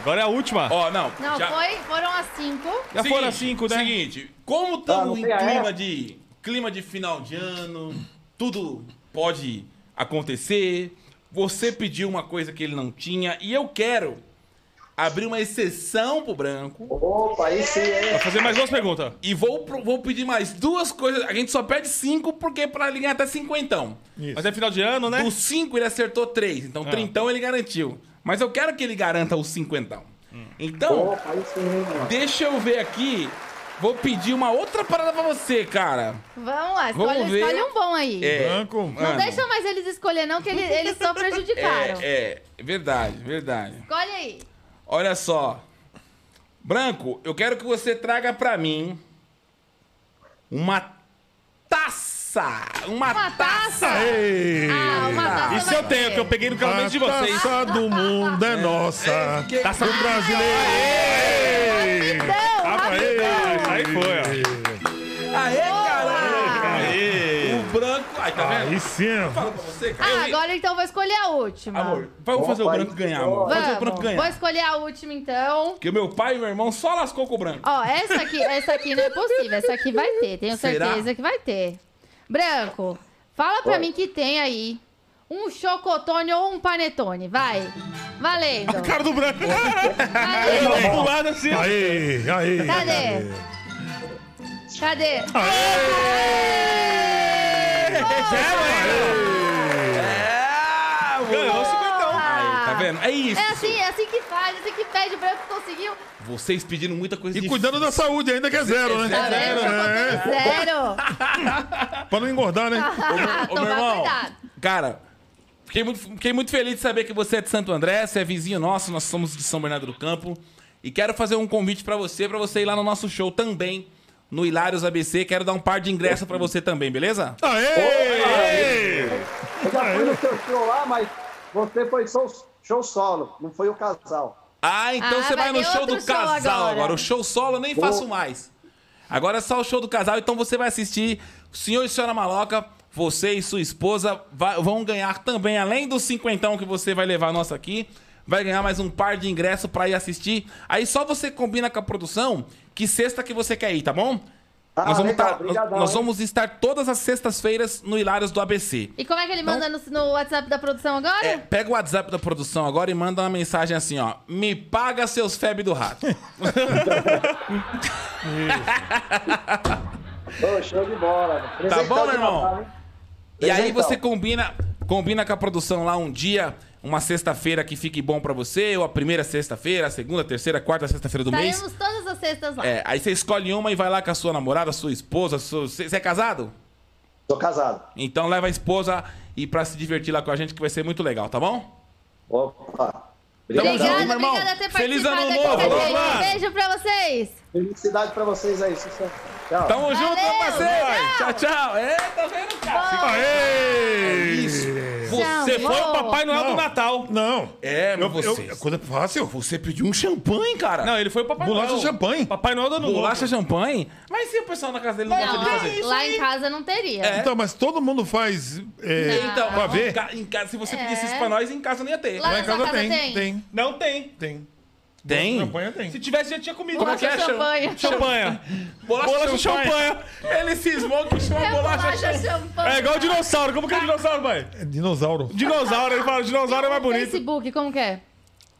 S5: Agora é a última.
S3: Ó, não.
S2: Não,
S3: já
S2: foi, foram as cinco.
S5: já foram as cinco, né?
S3: Seguinte, como
S7: Ah, não
S3: estamos em
S7: tem a
S3: clima
S7: essa?
S3: de, clima de final de ano, tudo pode acontecer. Você pediu uma coisa que ele não tinha e eu quero abrir uma exceção pro branco
S7: Opa, aí sim, hein?
S5: Vou fazer mais duas perguntas.
S3: e vou, pro- vou pedir mais duas coisas. A gente só pede cinco porque pra ele ganhar até cinquentão.
S5: Mas é final de ano, né?
S3: Dos cinco ele acertou três, então trintão ele garantiu. Mas eu quero que ele garanta os cinquentão. Então,
S7: Opa, aí sim, hein, mano?
S3: deixa eu ver aqui. Vou pedir uma outra parada pra você, cara.
S2: Vamos lá,
S3: Vamos
S2: escolhe,
S3: ver.
S2: escolhe um bom aí.
S3: É.
S6: Branco,
S2: Não deixa mais eles escolher, não, que ele- eles só prejudicaram.
S3: É, é, verdade, verdade.
S2: Escolhe aí.
S3: Olha só. Branco, eu quero que você traga pra mim uma taça. Uma,
S2: Uma taça?
S3: taça.
S6: aê.
S2: Ah, uma taça
S5: Isso
S2: vai
S5: eu tenho,
S2: ter.
S5: que eu
S6: Ah,
S5: peguei no casamento de
S6: A
S5: vocês.
S6: taça do mundo é nossa.
S5: Taça
S6: Do brasileiro.
S2: Não,
S6: Aê.
S5: Aí foi, ó.
S3: Aê, caralho.
S5: Aê.
S3: O branco... Ai, tá vendo?
S6: Aí sim.
S3: Fala pra você, cara. Eu-
S2: Ah, agora então vou escolher a última.
S3: Amor, vamos fazer o
S7: Opa,
S3: branco
S7: aí.
S3: ganhar, amor. Vamos fazer o branco
S2: Vamos, vou
S3: ganhar.
S2: escolher a última então.
S3: Porque meu pai e meu irmão só lascou com o branco.
S2: Ó, essa aqui, essa aqui não é possível, essa aqui vai ter, tenho
S3: Será?
S2: certeza que vai ter. Branco, fala pra mim que tem aí um chocotone ou um panetone, vai. Valendo.
S5: Cara do branco.
S2: Valendo.
S5: Tá pulado assim. ó.
S6: Aê, aê.
S2: Cadê? Cadê? É
S5: Ganhou 50.
S3: Aí, tá vendo? É isso.
S2: É assim, é assim que faz, é assim que pede, o branco conseguiu.
S3: Vocês pediram muita coisa
S6: E
S3: difícil.
S6: cuidando da saúde ainda, que é zero, né?
S2: Tá vendo? Chocotone
S6: É,
S3: né?
S2: zero. Ah.
S6: pra não engordar, né?
S3: Ô, meu
S2: Tomar
S3: irmão,
S2: cuidado.
S3: cara, fiquei muito, fiquei muito feliz de saber que você é de Santo André, você é vizinho nosso, nós somos de São Bernardo do Campo. E quero fazer um convite pra você, pra você ir lá no nosso show também, no Hilários ABC. Quero dar um par de ingressos pra você também, beleza?
S6: Aê!
S7: Eu já
S3: É.
S7: fui no seu show Tá lá, mas você foi só o show solo, não foi o casal.
S3: Ah, então
S2: Ah,
S3: você vai,
S2: vai
S3: no
S2: ter
S3: show
S2: outro
S3: do
S2: show
S3: casal agora.
S2: agora.
S3: O show solo eu nem faço mais. Agora é só o show do casal, então você vai assistir o Senhor e Senhora Maloca. Você e sua esposa vai- vão ganhar também, além do cinquentão que você vai levar nosso aqui, vai ganhar mais um par de ingresso pra ir assistir. Aí só você combina com a produção que sexta que você quer ir, tá bom?
S7: Ah,
S3: nós vamos,
S7: legal,
S3: tá- nós,
S7: brigadão,
S3: nós
S7: hein?
S3: vamos estar todas as sextas-feiras no Hilários do ABC.
S2: E como é que ele manda no, no WhatsApp da produção agora?
S3: É, pega o WhatsApp da produção agora e manda uma mensagem assim, ó. Me paga seus feb do rato.
S7: Ô, show de bola. velho.
S3: Tá bom,
S7: Presentão de
S3: meu irmão?
S7: Natal, hein?
S3: E aí
S7: Presentão.
S3: você combina, combina com a produção lá um dia, uma sexta-feira que fique bom pra você, ou a primeira sexta-feira, a segunda, terceira, quarta, sexta-feira do mês.
S2: Estaremos todas as sextas lá.
S3: É, aí você escolhe uma e vai lá com a sua namorada, sua esposa, sua- você você é casado?
S7: Tô casado.
S3: Então leva a esposa e pra se divertir lá com a gente que vai ser muito legal, tá bom?
S7: Opa.
S3: Tamo junto,
S2: Obrigada,
S3: meu irmão.
S2: obrigada por ter
S3: Feliz
S2: participado
S3: ano
S2: aqui
S3: novo,
S2: também.
S3: vamos lá.
S2: Um beijo pra vocês.
S7: Felicidade pra vocês aí. Sucesso. Tchau.
S3: Tamo junto, meu
S2: Valeu,
S3: parceiro! Tchau,
S2: legal.
S3: tchau! É, tá vendo, cara?
S6: Aê!
S3: Você
S2: Tchau,
S3: foi
S2: amor.
S3: o papai...
S5: Pai Noel do
S6: Não.
S5: Natal.
S6: Não.
S3: É, mas
S6: Eu, eu-
S3: você...
S6: coisa fácil.
S3: Você pediu um champanhe, cara?
S5: Não, ele foi o Papai Noel.
S6: Bolacha champanhe.
S5: Papai Noel do ano novo.
S3: Bolacha champanhe? Mas se o pessoal na casa dele não,
S2: Não,
S3: gosta de fazer?
S2: lá em casa não teria.
S3: É.
S6: Então, mas todo mundo faz. é,
S2: Não.
S3: Então,
S6: pra ver?
S3: em ca- em casa, se você
S2: É.
S3: pedisse isso pra nós, em casa não ia ter.
S2: Lá
S6: Lá
S2: na
S6: em
S2: sua
S6: casa
S2: casa
S6: tem,
S2: tem?
S6: tem,
S5: Não tem.
S6: tem.
S3: Tem?
S6: Champanhe tem.
S5: Se tivesse, já tinha comido.
S3: Como é que é?
S2: champanhe.
S5: Champanha.
S3: Bolacha,
S5: Bolacha
S3: champanhe.
S5: champanha.
S3: Ele cismou que chama
S2: É
S3: bolacha, champanhe.
S2: champanhe.
S5: É igual o dinossauro. Como que é dinossauro, pai?
S6: É dinossauro.
S5: Dinossauro, ele fala, dinossauro é mais bonito.
S2: Facebook, como que é?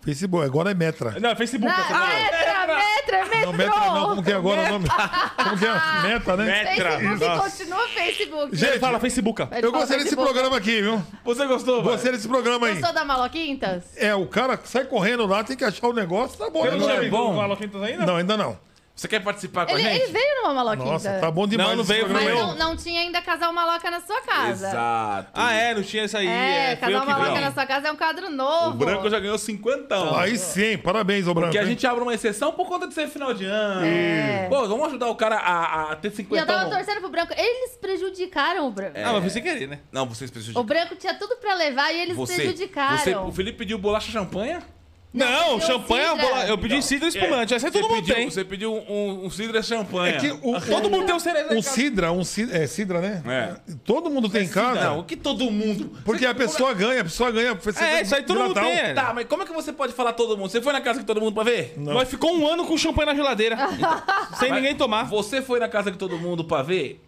S6: Facebook, agora é Metra.
S5: Não, é Facebook.
S2: Na,
S5: essa palavra.
S2: metra, metra, metrô.
S6: Não, Metra não, como que é agora o nome? Como que é? Meta, né?
S2: Facebook
S5: Nossa.
S2: continua Facebook.
S5: Gente, fala Facebook.
S2: É
S6: Eu gostei desse programa aqui, viu?
S5: Você gostou, vai?
S6: Gostei desse programa aí.
S2: Gostou da Maloquintas?
S6: É, o cara sai correndo lá, tem que achar o negócio, tá bom.
S5: Você não é
S6: Agora-
S5: tinha vindo
S3: bom.
S5: no Maloquintas ainda?
S6: Não, ainda não.
S3: tá Você quer participar com
S2: Ele,
S3: a gente?
S2: ele veio numa Maloquinta.
S6: Nossa, tá bom demais.
S5: Não, não
S6: esse
S5: veio,
S2: Mas
S6: programa.
S2: não, não tinha ainda casal maloca na sua casa.
S3: Exato.
S5: Ah, é, não tinha essa aí.
S2: É,
S5: É, fui
S2: casal
S5: eu que
S2: maloca
S5: vi.
S2: na sua casa é um quadro novo.
S3: O branco já ganhou 50
S6: Aí sim, parabéns, ô Branco.
S3: Porque a
S5: né?
S6: hein?
S3: gente abre uma exceção por conta de ser final de ano.
S2: É.
S3: Pô, então- vamos ajudar o cara a, a ter
S2: E
S3: 50
S2: eu tava torcendo pro branco. Eles prejudicaram o branco.
S3: É.
S5: Ah, mas foi sem querer, né?
S3: Não, vocês
S2: O
S3: prejudicaram.
S2: branco tinha tudo pra levar e eles
S3: Você,
S2: prejudicaram.
S3: você- o Felipe pediu bolacha champanha?
S5: Não,
S2: pediu
S5: champanhe, é
S2: cidra.
S5: bola... eu pedi cidra e espumante. Essa aí todo
S3: É. você
S5: mundo
S3: pediu,
S5: tem.
S3: Você pediu um, um cidra champanha.
S6: É que o,
S5: Todo mundo tem um cereja
S6: o
S5: em casa.
S6: Sidra, um Sidra, é Sidra, né?
S3: É.
S6: Todo mundo tem em casa.
S3: Não, o que todo mundo...
S6: Porque a pessoa ganha, a pessoa ganha.
S5: É, isso aí todo mundo tem. é.
S3: Tá, mas como é que você pode falar todo mundo? Você foi na casa de todo mundo pra ver?
S6: Não.
S5: Mas ficou um ano com champanhe na geladeira. sem ninguém tomar.
S3: Você foi na casa de todo mundo pra ver?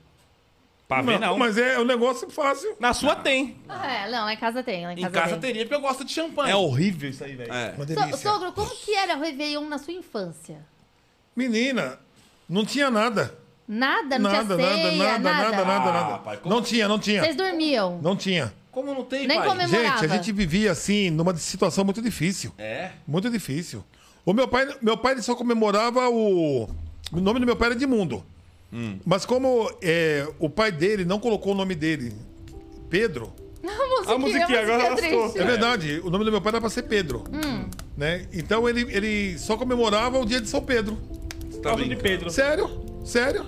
S5: Pra ver,
S6: Não,
S5: não.
S6: mas é um negócio fácil.
S5: Na sua tem.
S2: É, não, lá em casa tem. Lá em
S3: Em
S2: casa,
S3: casa
S2: tem.
S3: teria, porque eu gosto de champanhe.
S5: É horrível isso aí, velho.
S3: É.
S6: Uma
S2: So-
S6: delícia.
S2: sogro, como que era o Réveillon na sua infância?
S6: Menina, não tinha nada.
S2: Nada? Não tinha
S6: Nada, nada,
S2: ceia?
S6: nada, nada, nada,
S3: Ah,
S6: nada.
S3: pai, como-
S6: Não tinha, não tinha.
S2: Vocês dormiam?
S6: Não tinha.
S3: Como não tem,
S2: Nem
S3: pai?
S2: comemorava.
S6: Gente, a gente vivia assim, numa situação muito difícil.
S3: É.
S6: Muito difícil. O meu pai, meu pai ele só comemorava o. O nome do meu pai era Edmundo. Mas como é, o pai dele não colocou o nome dele, Pedro.
S2: A musiquinha, a
S5: musiquinha, agora
S2: triste.
S5: lascou.
S6: É, verdade, o nome do meu pai era pra ser Pedro. Né? Então ele, ele só comemorava o dia de São Pedro.
S3: Tá
S5: Caso de
S3: brincando.
S5: Pedro.
S6: Sério, sério.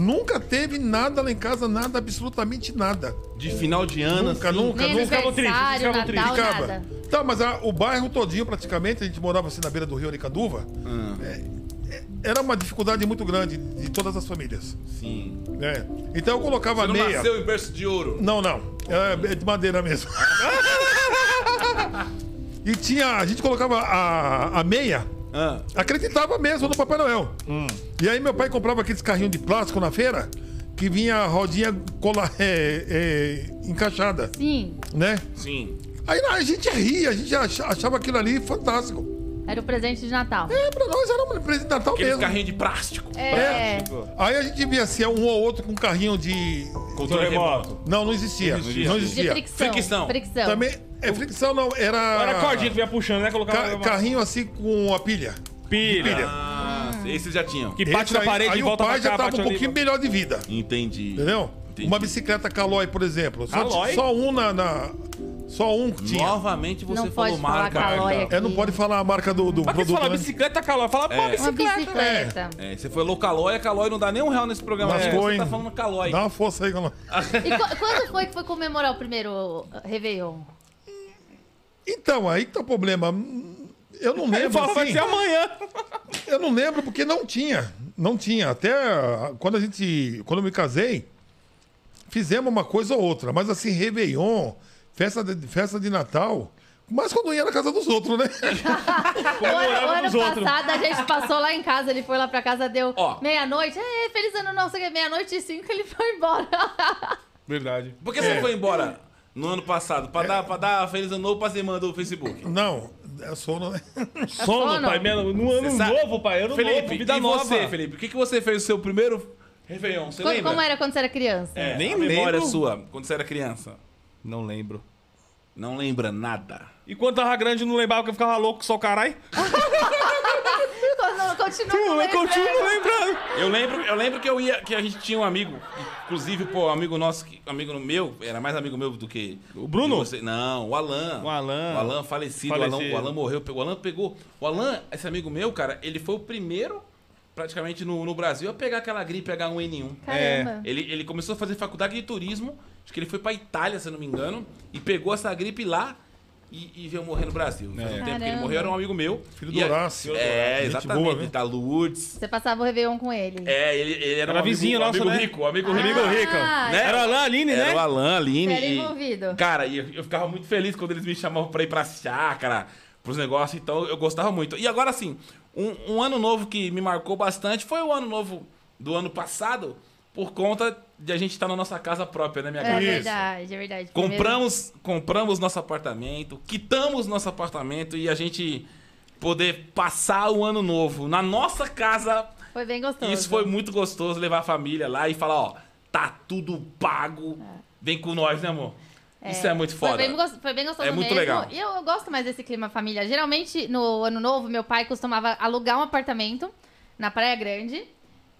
S6: Nunca teve nada lá em casa, nada, absolutamente nada.
S3: De final de ano,
S6: Nunca,
S3: assim.
S6: nunca,
S2: Nem
S6: nunca.
S5: ficava triste,
S2: aniversário,
S5: ficava triste.
S2: Natal,
S6: Ficava.
S2: nada.
S6: Tá, mas a- o bairro todinho, praticamente, a gente morava assim na beira do rio Aricanduva.
S3: Ah.
S6: É, é, era uma dificuldade muito grande de todas as famílias.
S3: Sim.
S6: né? Então eu colocava
S3: Você não
S6: meia.
S3: nasceu em berço de ouro.
S6: Não, não. É, é de madeira mesmo. e tinha. A gente colocava a, a meia.
S3: Ah.
S6: Acreditava mesmo no Papai Noel.
S3: Hum.
S6: E aí meu pai comprava aqueles carrinhos de plástico na feira que vinha a rodinha cola, é, é, encaixada,
S2: Sim,
S6: né?
S3: Sim.
S6: Aí a gente ria, a gente acha- achava aquilo ali fantástico.
S2: era o presente de Natal.
S6: É, pra nós era um presente de Natal
S3: Aqueles
S6: mesmo.
S3: carrinhos de plástico.
S2: É.
S6: Aí a gente via assim, um ou outro com carrinho de.
S3: Controle remoto.
S6: Não, não existia. Não existia.
S3: existia.
S2: De fricção.
S3: Fricção.
S2: Fricção.
S6: Também. É fricção não, era.
S5: Era a cordinha que vinha puxando, né? Colocava
S6: Ah. Ca-
S5: uma
S6: carrinho assim com a pilha.
S5: pilha.
S3: Ah, esses já tinham.
S5: Que bate
S6: Esse
S5: na
S6: aí-
S5: parede
S6: aí
S5: e volta
S6: o pai
S5: pra cá,
S6: já tava
S5: bate
S6: um
S5: ali,
S6: pouquinho
S5: volta.
S6: melhor de vida.
S3: Entendi.
S6: Entendeu?
S3: Entendi.
S6: Uma bicicleta Calói, por exemplo. Só,
S5: Calói?
S6: só um na, na- Só um que tinha.
S3: Novamente você
S2: Não
S3: falou
S2: pode falar
S3: marca.
S2: calói aqui.
S6: É, não pode falar a marca do, do
S5: Mas que
S6: produto.
S5: fala
S6: né?
S5: bicicleta, calor. Fala, pô,
S3: É.
S2: Uma
S5: bicicleta.
S2: bicicleta.
S3: É, você falou calói, a calói não dá nem um real nesse programa.
S6: Mas
S3: né?
S5: É,
S6: foi,
S3: você tá
S6: hein?
S3: falando calói.
S6: Dá um- uma força aí, Calói.
S2: E qu- quando foi que foi comemorar o primeiro uh, Réveillon?
S6: Então, aí que tá o problema. Hum, Eu não
S5: Ele
S6: lembro.
S5: fala, vai
S6: assim.
S5: ser amanhã.
S6: Eu não lembro porque não tinha. Não tinha. Até ah, quando a gente. Quando eu me casei, fizemos uma coisa ou outra. Mas assim, Réveillon, festa de, festa de Natal. Mas quando ia na casa dos outros, né?
S2: O ano, o ano
S5: nos outros.
S2: passado a gente passou lá em casa, ele foi lá pra casa, deu
S3: Ó.
S2: meia-noite. É, feliz ano novo, sei o quê, meia-noite e cinco ele foi embora.
S5: Verdade.
S3: Por que você foi embora no ano passado? Pra, dar, pra dar feliz ano novo pra irmã do Facebook.
S6: Não, é sono, né?
S5: Sono,
S2: sono?
S5: pai. minha- No ano
S3: Você sabe-
S5: novo, pai. Ano
S3: Felipe,
S5: novo, vida
S3: e
S5: nova.
S3: você, Felipe? O que, que você fez no seu primeiro Réveillon? Você
S2: Co-
S3: lembra?
S2: Como era quando você era criança?
S3: É,
S5: Nem
S3: a memória
S5: lembro.
S3: sua, quando você era criança.
S5: Não lembro.
S3: Não lembra nada.
S5: E quando tava grande, não lembrava que eu ficava louco, só o caralho.
S2: Quando- Continua com
S5: Eu
S2: ele,
S5: continuo
S2: né?
S5: lembrando.
S3: Eu lembro, eu lembro que eu ia, que a gente tinha um amigo, inclusive, pô, amigo nosso, que- amigo meu, era mais amigo meu do que o
S5: Bruno?
S3: não, o Alan.
S5: O Alan.
S3: O Alan falecido, O, Alan,
S5: Falecido.
S3: o Alan morreu, pegou- o Alan pegou. O Alan, esse amigo meu, cara, ele foi o primeiro praticamente no, no Brasil a pegar aquela gripe H1N1.
S2: Caramba.
S3: Ele, ele começou a fazer faculdade de turismo, acho que ele foi pra Itália, se eu não me engano, e pegou essa gripe lá e, e veio morrer no Brasil. Faz um tempo que ele
S2: Caramba.
S3: morreu, era um amigo meu.
S6: É. Filho
S3: E
S6: do
S3: a-
S6: Horácio.
S3: É,
S6: Gente
S3: exatamente,
S6: boa, viu?
S3: da Lourdes.
S2: Você passava o Réveillon com ele.
S3: É, ele, ele era,
S5: Era
S3: um amigo-
S5: vizinho
S3: um
S5: nosso,
S3: amigo,
S5: né?
S3: rico, um amigo rico.
S5: Amigo rico.
S2: Ah,
S3: Né?
S5: Era o Alan Aline,
S3: Era o
S5: né?
S3: Alan, a Aline.
S2: Era
S3: e-
S2: envolvido.
S3: Cara, e eu, eu ficava muito feliz quando eles me chamavam pra ir pra chácara, pros negócios, então eu gostava muito. E agora sim, um, um ano novo que me marcou bastante foi o ano novo do ano passado, por conta de a gente estar na nossa casa própria, né, minha
S2: É
S3: cara?
S2: verdade, é verdade. Primeiro-
S3: Compramos, compramos nosso apartamento, quitamos nosso apartamento e a gente poder passar o ano novo na nossa casa.
S2: Foi bem gostoso.
S3: Isso foi muito gostoso levar a família lá e falar, ó, tá tudo pago. Vem com nós, né, amor? Isso é muito foda.
S2: É. Foi bem, gos- foi bem gostoso
S3: É muito
S2: mesmo.
S3: legal.
S2: E eu, eu gosto mais desse clima família. Geralmente, no ano novo, meu pai costumava alugar um apartamento na Praia Grande.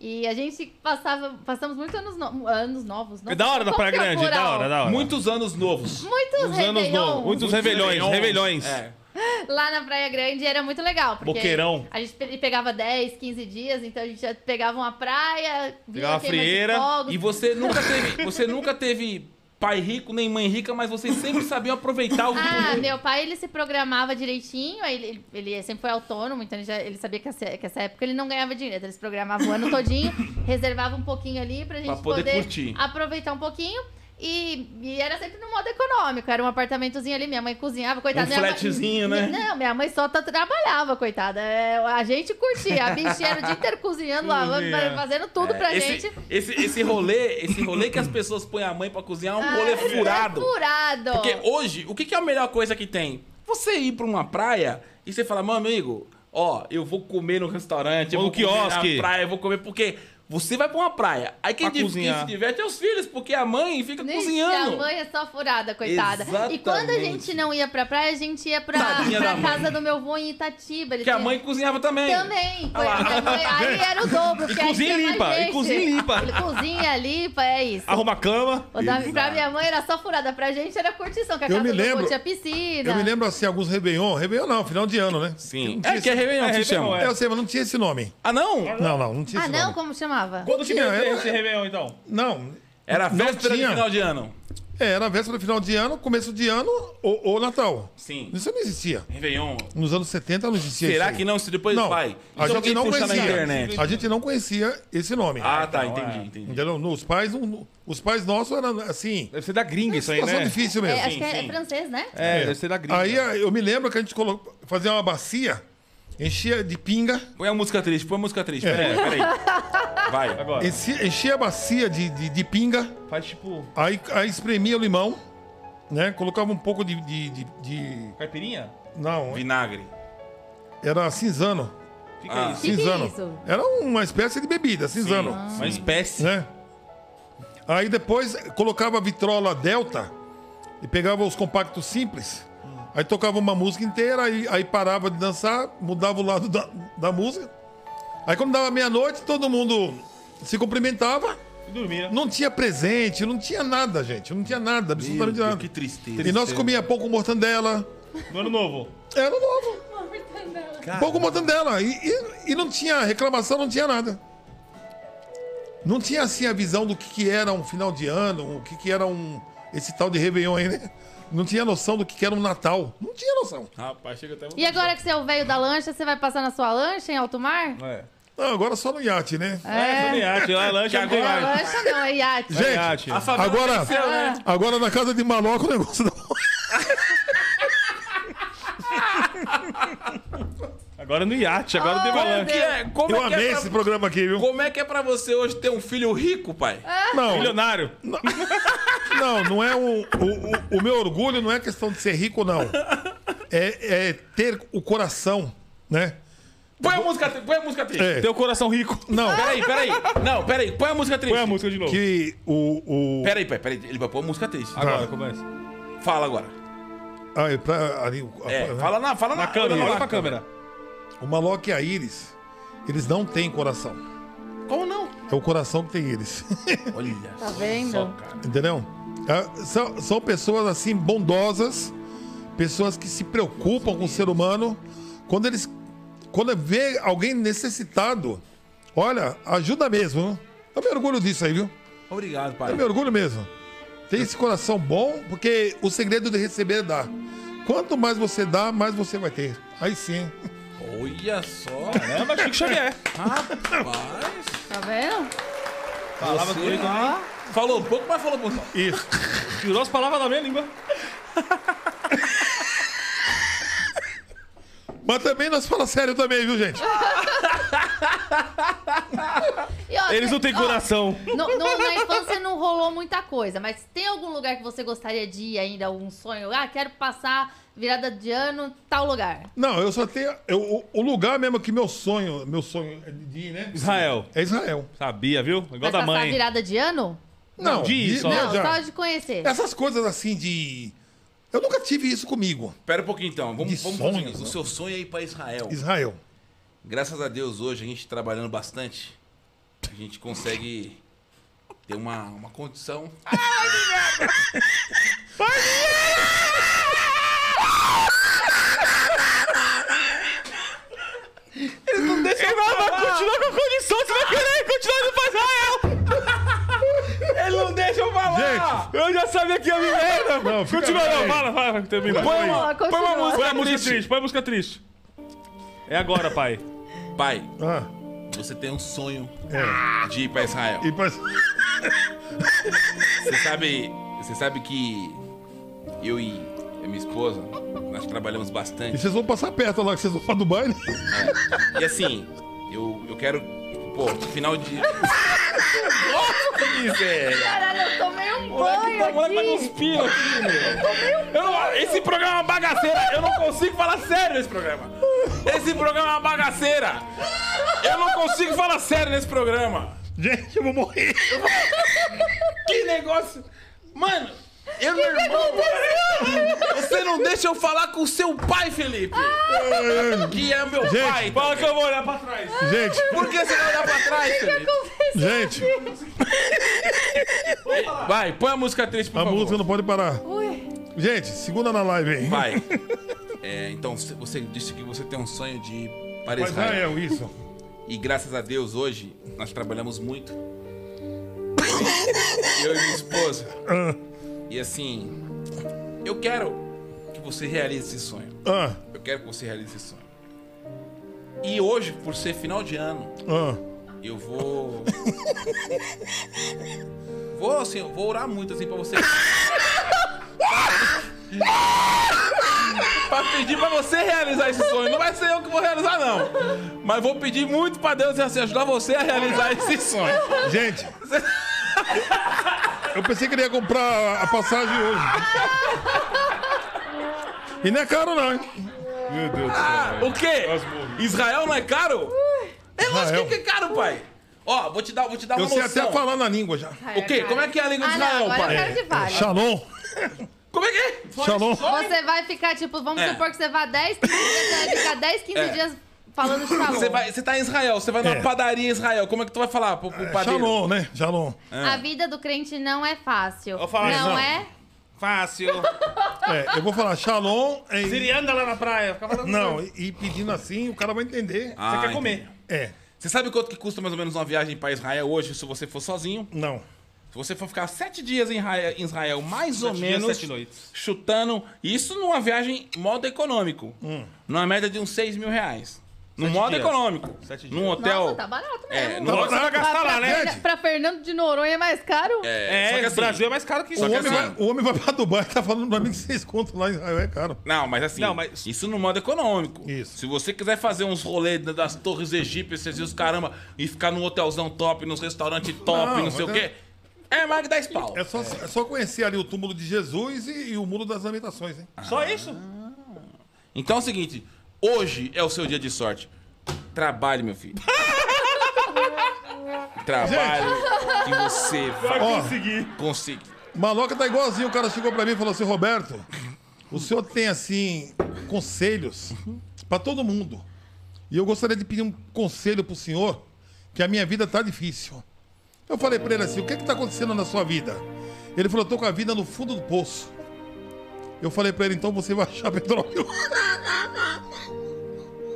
S2: E a gente passava, passamos muitos anos, no- anos novos.
S4: É
S2: não-
S4: da hora da
S2: Como
S4: Praia
S2: que é o
S4: Grande, da
S2: plural?
S4: hora, da hora.
S3: Muitos anos novos.
S2: Muitos réveillons
S4: Muitos revelhões, revelhões.
S3: É.
S2: lá na Praia Grande era muito legal. Porque
S4: Boqueirão.
S2: A gente pe- pegava 10, 15 dias, então a gente já pegava uma praia, via
S4: Pegava a
S2: queima de
S4: frieira
S2: fogos.
S3: E você nunca teve, você nunca teve pai rico nem mãe rica, mas vocês sempre sabiam aproveitar o
S2: Ah, meu pai, ele se programava direitinho, aí ele, ele sempre foi autônomo, então ele, já- ele sabia que essa, que essa época ele não ganhava dinheiro. Ele se programava o ano todinho, reservava um pouquinho ali pra gente
S3: Pra poder curtir.
S2: aproveitar um pouquinho. E, e era sempre no modo econômico, era um apartamentozinho ali, minha mãe cozinhava, coitada.
S3: Um
S2: minha mãe-
S3: flatzinho, né?
S2: Minha- Não, minha mãe só tá- trabalhava, coitada. É, A gente curtia, a bicha era o dia inteiro cozinhando, lavando,
S4: Cozinha.
S2: fazendo tudo pra
S3: é. esse,
S2: gente.
S3: Esse, esse rolê, esse rolê que as pessoas põem a mãe pra cozinhar é
S2: Ah,
S3: um rolê furado.
S2: Furado.
S3: Porque hoje, o que, que é a melhor coisa que tem? Você ir pra uma praia e você falar, meu amigo, ó, eu vou comer no restaurante, eu
S4: Ou
S3: vou
S4: no quiosque."
S3: comer na praia, eu vou comer, porque você vai pra uma praia, aí quem,
S4: Pra
S3: di- quem
S4: cozinhar.
S3: se diverte é os filhos, porque a mãe fica
S2: Ixi,
S3: Tá cozinhando.
S2: A mãe é só furada, coitada. E quando a
S3: Exatamente.
S2: gente não ia pra praia, a gente ia pra,
S3: Tadinha
S2: pra
S3: da
S2: casa do meu avô em Itatiba. Ele
S3: Que a
S2: tinha-
S3: mãe cozinhava também.
S2: Também.
S3: Ah lá.
S2: coitada. A mãe- Aí era o dobro. porque aí
S4: cozinha
S2: tinha mais
S4: limpa, e
S2: gente.
S4: cozinha limpa.
S2: Ele cozinha limpa, é isso.
S5: Ah,
S4: Arruma a cama.
S2: O da- pra minha mãe era só furada, pra gente era curtição, que a
S6: Eu
S2: casa
S6: me
S2: do meu avô
S6: lembro-
S2: tinha piscina.
S6: Eu me lembro assim, alguns Réveillon. Réveillon não, final de ano, né?
S3: Sim. É que é Réveillon que se
S4: Réveillon,
S3: chama.
S4: é.
S6: Eu sei, mas não tinha esse nome.
S3: Ah, não?
S6: Não, não, não tinha
S2: Ah,
S6: esse
S2: não?
S6: nome.
S2: Como chamava?
S4: Quando que
S6: Tinha,
S4: teve
S6: eu-
S4: esse Réveillon, então?
S6: Não.
S3: Era a
S6: Não
S3: véspera de
S6: tinha.
S3: final de ano.
S6: É, era véspera do final de ano, começo de ano ou, ou Natal.
S3: Sim.
S6: Isso não existia.
S3: Réveillon.
S6: Nos anos 70 não existia
S3: Será
S6: isso aí.
S3: que não? Se depois
S6: Não,
S3: vai.
S6: a
S3: Então
S6: gente
S3: alguém
S6: não
S3: puxa
S6: conhecia.
S3: na internet.
S6: A gente não conhecia esse nome.
S3: Ah, tá, entendi, entendi.
S6: Entendeu? Os pais, não- os pais nossos eram assim,
S5: Deve ser da gringa isso aí,
S6: situação
S5: né?
S6: difícil
S2: É,
S6: mesmo.
S2: acho que é,
S3: sim.
S2: francês, né?
S5: É, deve ser da gringa.
S6: Aí ah, eu me lembro que a gente colocou, fazia uma bacia, enchia de pinga,
S3: Põe a música triste, põe a música triste. Peraí, peraí. Vai.
S5: Agora,
S6: enchia, enchia a bacia de, de, de pinga,
S5: faz tipo...
S6: aí, aí espremia o limão, né? Colocava um pouco de. de, de- de-
S5: Caipirinha?
S6: não,
S3: Vinagre.
S6: era cinzano.
S5: Fica
S3: Ah.
S5: isso.
S2: Que que é
S6: Cinzano.
S2: isso?
S6: Era uma espécie de bebida, cinzano.
S5: Uma espécie.
S6: né? Aí depois colocava a vitrola delta e pegava os compactos simples. Aí tocava uma música inteira, aí, aí parava de dançar, mudava o lado da, da música. Aí quando dava meia-noite, todo mundo se cumprimentava.
S5: E né? dormia.
S6: Não tinha presente, não tinha nada, gente. Não tinha nada, absolutamente
S3: Meu Deus,
S6: nada.
S3: que tristeza.
S6: E nós comia pouco mortandela.
S5: No ano novo.
S6: Era novo. Pouco mortandela. E, e, e não tinha reclamação, não tinha nada. Não tinha assim a visão do que, que era um final de ano, o que, que era um. Esse tal de Réveillon aí, né? Não tinha noção do que, que era um Natal. Não tinha noção.
S3: Rapaz, chega até...
S2: E agora que você é o velho da lancha, você vai passar na sua lancha em alto mar?
S5: É.
S6: Ah, agora só no iate, né?
S5: É, iate, lá, lanche é
S2: É a lancha não, é iate.
S6: Gente,
S5: A fa-
S6: agora,
S2: né?
S6: agora na casa de maloca o negócio um- não.
S5: Agora é no iate, agora no
S2: Oh,
S5: lanche.
S2: Deus.
S3: como,
S6: Eu
S3: é que
S6: amei
S3: é
S6: esse
S3: pra...
S6: programa aqui, viu?
S3: como é que é pra você hoje ter um filho rico, pai?
S6: Não,
S5: Milionário.
S6: Não, não é um. O, o- o meu orgulho não é questão de ser rico, não. É, é ter o coração, né?
S3: Põe a música, tri- põe a música triste.
S6: É,
S5: Teu coração rico.
S6: não,
S3: Peraí, peraí. Não, peraí, põe a música triste.
S5: Põe a música de novo.
S6: que o. o
S3: Peraí, pai, peraí. Ele vai pôr a música triste.
S5: Agora,
S6: Tá.
S5: começa.
S3: Fala agora.
S6: ah, é pra- ali, o-
S3: É,
S6: a- né?
S3: fala na, fala na,
S5: Na câmera, olha pra câmera.
S6: O Maloc e a Iris, eles não têm coração.
S3: Como não?
S6: É o coração que tem eles.
S3: Olha
S2: Tá vendo?
S6: Entendeu? Ah, São, são pessoas assim bondosas, pessoas que se preocupam com o ser humano. Quando eles. Quando vê alguém necessitado, olha, ajuda mesmo. viu? Eu me orgulho disso aí, viu?
S3: Obrigado, pai.
S6: Eu me orgulho mesmo. Tem esse coração bom, porque o segredo de receber é dar. Quanto mais você dá, mais você vai ter. Aí sim.
S3: Olha só. né?
S5: É, mas Chico Xavier.
S3: Rapaz.
S2: Tá vendo?
S5: Palavras
S3: Você-
S5: bonitas, né?
S3: Falou pouco, mas falou muito.
S6: Isso.
S5: E o nosso palavra da minha língua.
S6: Mas também nós fala sério também, viu, gente?
S2: E, ó,
S5: Eles
S2: cê-
S5: não têm
S2: ó,
S5: coração.
S2: no- no- na infância não rolou muita coisa, mas tem algum lugar que você gostaria de ir ainda, algum sonho? Ah, quero passar virada de ano, tal lugar.
S6: Não, eu só tenho. eu- o- o lugar mesmo que meu sonho, meu sonho é de ir, né?
S5: Israel.
S6: É Israel.
S5: Sabia, viu? Igual
S2: Vai
S5: da
S2: passar
S5: mãe.
S2: virada de ano?
S6: Não,
S5: de ir só.
S2: Não,
S6: viajar.
S2: só de conhecer.
S6: Essas coisas assim de. Eu nunca tive isso comigo.
S3: Pera um pouquinho então.
S6: De
S3: Vamos, vamos
S6: sonhos,
S3: fazer isso.
S6: né?
S3: O seu sonho é ir pra Israel.
S6: Israel.
S3: Graças a Deus, hoje a gente trabalhando bastante, a gente consegue ter uma, uma condição.
S5: Ele vai, vai continuar com a condição, você vai querer continuar indo pra Israel! Ele não deixa eu falar! Eu já sabia que ia me merda!
S6: Não, fica
S5: Continua, não,
S6: bem.
S5: fala, fala, termina.
S3: Põe uma-
S2: Continua,
S5: Põe uma
S2: continua.
S5: música, põe a música triste, põe a música triste. É agora, pai.
S3: Pai,
S6: Ah,
S3: você tem um sonho
S6: é.
S3: de ir pra Israel.
S6: E pra-
S3: Você sabe, você sabe que eu e a minha esposa, nós trabalhamos
S6: E
S3: bastante.
S6: vocês vão passar perto lá, que vocês vão pra Dubai, né?
S3: E assim, eu, eu quero, pô, final de...
S2: Caralho, eu tomei um banho aqui.
S5: tá- cuspindo aqui, meu. Eu não- esse programa é uma bagaceira, eu não consigo falar sério nesse programa.
S3: Esse programa é uma bagaceira! Eu não consigo falar sério nesse programa!
S6: Gente, eu vou morrer.
S3: Que negócio! Mano, eu não. Você não deixa eu falar com o seu pai, Felipe! Que é meu
S6: Gente,
S3: pai!
S5: Fala que eu vou olhar pra trás.
S6: Gente,
S3: Por que você vai olhar pra trás, Felipe?
S6: gente,
S2: é
S3: Vai, põe a música triste, por
S6: a
S3: favor.
S6: música não pode parar. Gente, segunda na live aí.
S3: Vai. É, então, c- você disse que você tem um sonho de ir para
S6: Mas
S3: Israel.
S6: Israel, isso.
S3: E graças a Deus, hoje, nós trabalhamos muito. Eu e minha esposa.
S6: Ah,
S3: E assim, eu quero que você realize esse sonho.
S6: ah,
S3: Eu quero que você realize esse sonho. E hoje, por ser final de ano,
S6: ah.
S3: eu vou. vou assim, eu vou orar muito assim pra você. pra pedir pra você realizar esse sonho. Não vai ser eu que vou realizar, não. Mas vou pedir muito pra Deus assim, ajudar você a realizar esse sonho.
S6: Gente. Eu pensei que ele ia comprar a passagem hoje. E não é caro, não, hein?
S4: Meu Deus do
S3: Ah,
S4: céu.
S3: o quê? Israel não é caro? É lógico
S6: Israel.
S3: que é caro, pai. Ó, vou te dar, vou te dar
S6: Eu
S3: uma
S6: sei
S3: noção.
S6: até falar na língua já. É,
S3: O quê? Como é que é a língua de
S2: Ah,
S3: Israel,
S2: não, agora eu quero
S3: pai?
S2: de vale.
S6: Shalom.
S3: Como é que é?
S6: Shalom.
S2: Você vai ficar, tipo, vamos
S3: É.
S2: supor que você vá 10, 15 dias, você vai ficar 10, 15
S3: É.
S2: dias falando de calor.
S3: Você, vai, você tá em Israel, você vai numa
S6: É.
S3: padaria em Israel. Como é que tu vai falar pro, pro padeiro?
S6: Shalom, né? Shalom.
S3: É.
S2: A vida do crente não é fácil.
S4: Vou falar
S2: não
S4: isso, não.
S2: é?
S4: Fácil.
S6: É, eu vou falar shalom. é,
S4: Siri, anda lá na praia. Fica falando
S6: não, e e pedindo assim, o cara vai entender.
S3: Ah,
S4: Você quer
S3: entendi.
S4: comer.
S6: É,
S3: Você sabe quanto que custa mais ou menos uma viagem pra Israel hoje, se você for sozinho?
S6: não.
S3: Se você for ficar sete dias em Israel, em Israel, mais ou
S4: Sete dias,
S3: menos,
S4: sete noites.
S3: chutando, isso numa viagem modo econômico,
S5: Hum.
S3: numa média de uns seis mil reais. No
S5: Sete
S3: modo
S5: dias.
S3: econômico.
S5: Sete dias.
S3: num hotel.
S2: Nossa, tá barato mesmo.
S3: É,
S2: Pra-
S3: no
S6: Tá
S3: hotel.
S6: barato.
S5: Vai gastar lá, né?
S2: pra, pra Fernando de Noronha é mais caro?
S3: É,
S5: É,
S3: só que
S5: o
S3: assim,
S5: Brasil é mais caro que
S6: O
S5: né? isso.
S6: homem,
S3: que assim-
S6: vai, o homem vai pra Dubai e tá falando pra mim que vocês contam lá em Israel, é caro.
S3: Não, mas assim,
S5: Não, mas-
S3: isso no modo econômico.
S6: Isso.
S3: Se você quiser fazer uns rolês da- das torres egípcias e os caramba, e ficar num hotelzão top, nos restaurantes top, não,
S6: Não,
S3: sei o
S6: mas
S3: quê, é mais de 10 pau.
S6: É só, é só conhecer ali o túmulo de Jesus e, e o muro das lamentações, hein?
S5: Só isso?
S3: Então é o seguinte, hoje é o seu dia de sorte. Trabalhe, meu filho. Trabalhe que você vai
S6: Ó,
S3: conseguir.
S6: Maloca tá igualzinho, o cara chegou pra mim e falou assim, Roberto, o senhor tem, assim, conselhos pra todo mundo. E eu gostaria de pedir um conselho pro senhor, que a minha vida tá difícil. Eu falei pra ele assim, o que que tá acontecendo na sua vida? Ele falou, tô com a vida no fundo do poço. Eu falei pra ele, então você vai achar petróleo.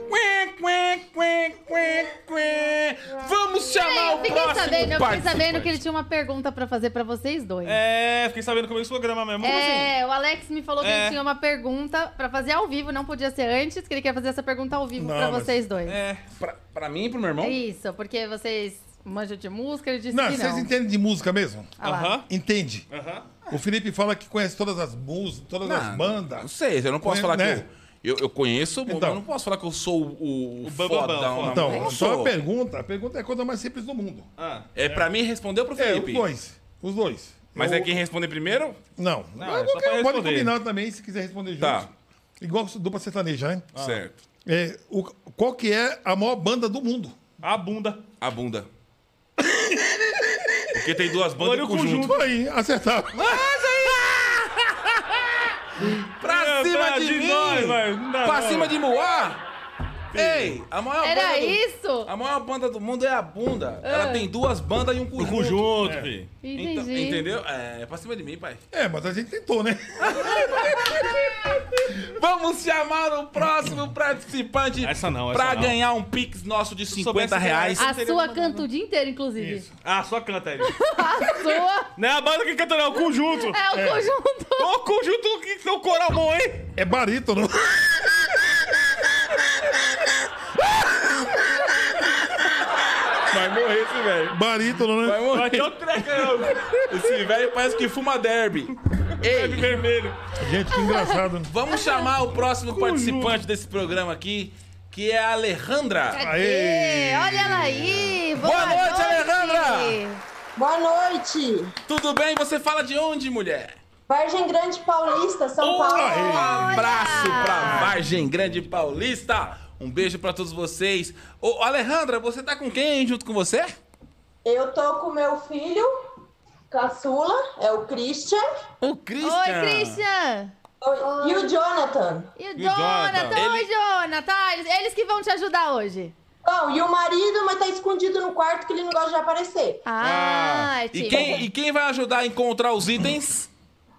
S3: Quê, quê, quê, quê, quê. Vamos chamar
S2: eu
S3: o
S2: É, fiquei
S3: próximo
S2: sabendo, eu fiquei sabendo que
S3: participante.
S2: ele tinha uma pergunta pra fazer pra vocês dois.
S5: É, fiquei sabendo como é esse programa mesmo. Como assim?
S2: É, o Alex me falou que
S5: É.
S2: ele tinha uma pergunta pra fazer ao vivo, não podia ser antes, que ele quer fazer essa pergunta ao vivo
S6: Não,
S2: pra
S6: mas-
S2: vocês dois. É.
S5: É.
S3: Pra, pra mim e pro meu irmão?
S2: Isso, porque vocês manjam de música, ele disse
S6: Não,
S2: que
S6: vocês
S2: não.
S6: entendem de música mesmo?
S2: Ah lá.
S5: Aham.
S6: Entende.
S5: Aham.
S6: O Felipe fala que conhece todas as músicas, todas
S3: Não,
S6: as
S3: Não
S6: bandas.
S3: sei, eu Tá, não posso
S6: Conhe-
S3: falar
S6: né?
S3: que eu, Eu, eu conheço, mas
S6: Então.
S3: eu não posso falar que eu sou o, o,
S4: O bambambam,
S3: fodão. na
S4: então,
S3: mão.
S6: Então,
S3: Não
S6: só
S3: sou.
S6: a pergunta. A pergunta é a coisa mais simples do mundo.
S4: Ah,
S3: É pra mim responder ou pro
S6: É, os
S3: Felipe?
S6: dois. Os dois.
S3: Mas
S6: Eu-
S3: é quem responder primeiro?
S6: Não.
S4: Não, é só pra
S6: qualquer um pode
S4: responder.
S6: combinar também, se quiser responder junto.
S3: Tá.
S6: Igual dupla sertaneja, né?
S3: Ah. Certo.
S6: É, o- qual que é a maior banda do mundo?
S4: a bunda.
S3: A bunda. Porque tem duas bandas
S4: Olha
S3: em
S4: o
S3: conjunto.
S4: conjunto.
S6: Aí, acertaram.
S3: Pra
S4: É,
S3: cima
S4: pra
S3: de,
S4: de
S3: mim!
S4: nós, vai, não dá
S3: pra
S4: não.
S3: cima de Moá! Ei, a maior
S2: Era
S3: banda do...
S2: isso? Ah.
S3: A maior banda do mundo é a bunda. Ela tem duas bandas e um
S4: O
S3: conjunto.
S4: conjunto, filho.
S3: Então,
S2: Entendi.
S3: entendeu? É, pra cima de mim, pai.
S6: É, mas a gente tentou, né?
S3: Vamos chamar o próximo participante
S4: Essa não, essa
S3: pra
S4: não.
S3: ganhar um pix nosso de 50
S4: soubesse
S3: reais.
S4: ganhar-
S2: A sua canta o dia inteiro, inclusive.
S4: Ah, só canta ele.
S2: A sua
S4: Não é a banda que canta, não, é o conjunto.
S2: é o conjunto.
S4: Ô, conjunto que tem um coral bom, hein?
S6: É barítono.
S3: Vai morrer esse velho.
S6: Barítono, né?
S3: Vai morrer.
S4: Vai ter um trecão.
S3: Esse velho parece que fuma derby.
S4: Bebe
S3: Ei,
S4: vermelho.
S6: Gente, que engraçado. né?
S3: vamos chamar o próximo participante desse programa aqui, que é a Alejandra.
S6: Aê!
S2: Cadê? Olha ela aí. Boa,
S3: Boa noite, Alejandra.
S8: Boa noite!
S3: Tudo bem? Você fala de onde, mulher?
S8: Vargem Grande Paulista, São Paulo.
S3: Um abraço pra Vargem Grande Paulista. Um beijo pra todos vocês. Ô, Alejandra, você tá com quem junto com você?
S8: Eu tô com meu filho, caçula, é o Christian,
S3: O Christian.
S2: Oi, Christian.
S8: e o Jonathan.
S2: E o
S4: E o Jonathan?
S2: Jonathan. Oi, Jonathan. Eles, eles que vão te ajudar hoje.
S8: Bom, e o marido, mas tá escondido no quarto que ele não gosta de aparecer.
S2: Ah, é
S3: E
S2: tipo-
S3: quem, e quem vai ajudar a encontrar os itens?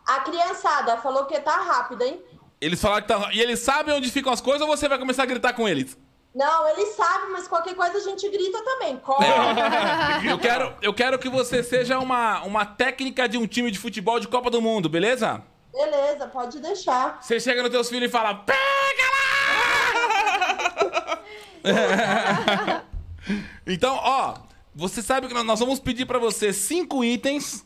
S8: A criançada falou que tá rápida, hein?
S3: Eles falaram que tá. E eles sabem onde ficam as coisas ou você vai começar a gritar com eles?
S8: Não, ele sabe, mas qualquer coisa a gente grita também. Corre!
S3: Eu quero, eu quero que você seja uma, uma técnica de um time de futebol de Copa do Mundo, beleza?
S8: Beleza, pode deixar.
S3: Você chega nos teus filhos e fala: pega lá! então, ó, você sabe que nós- nós vamos pedir pra você cinco itens.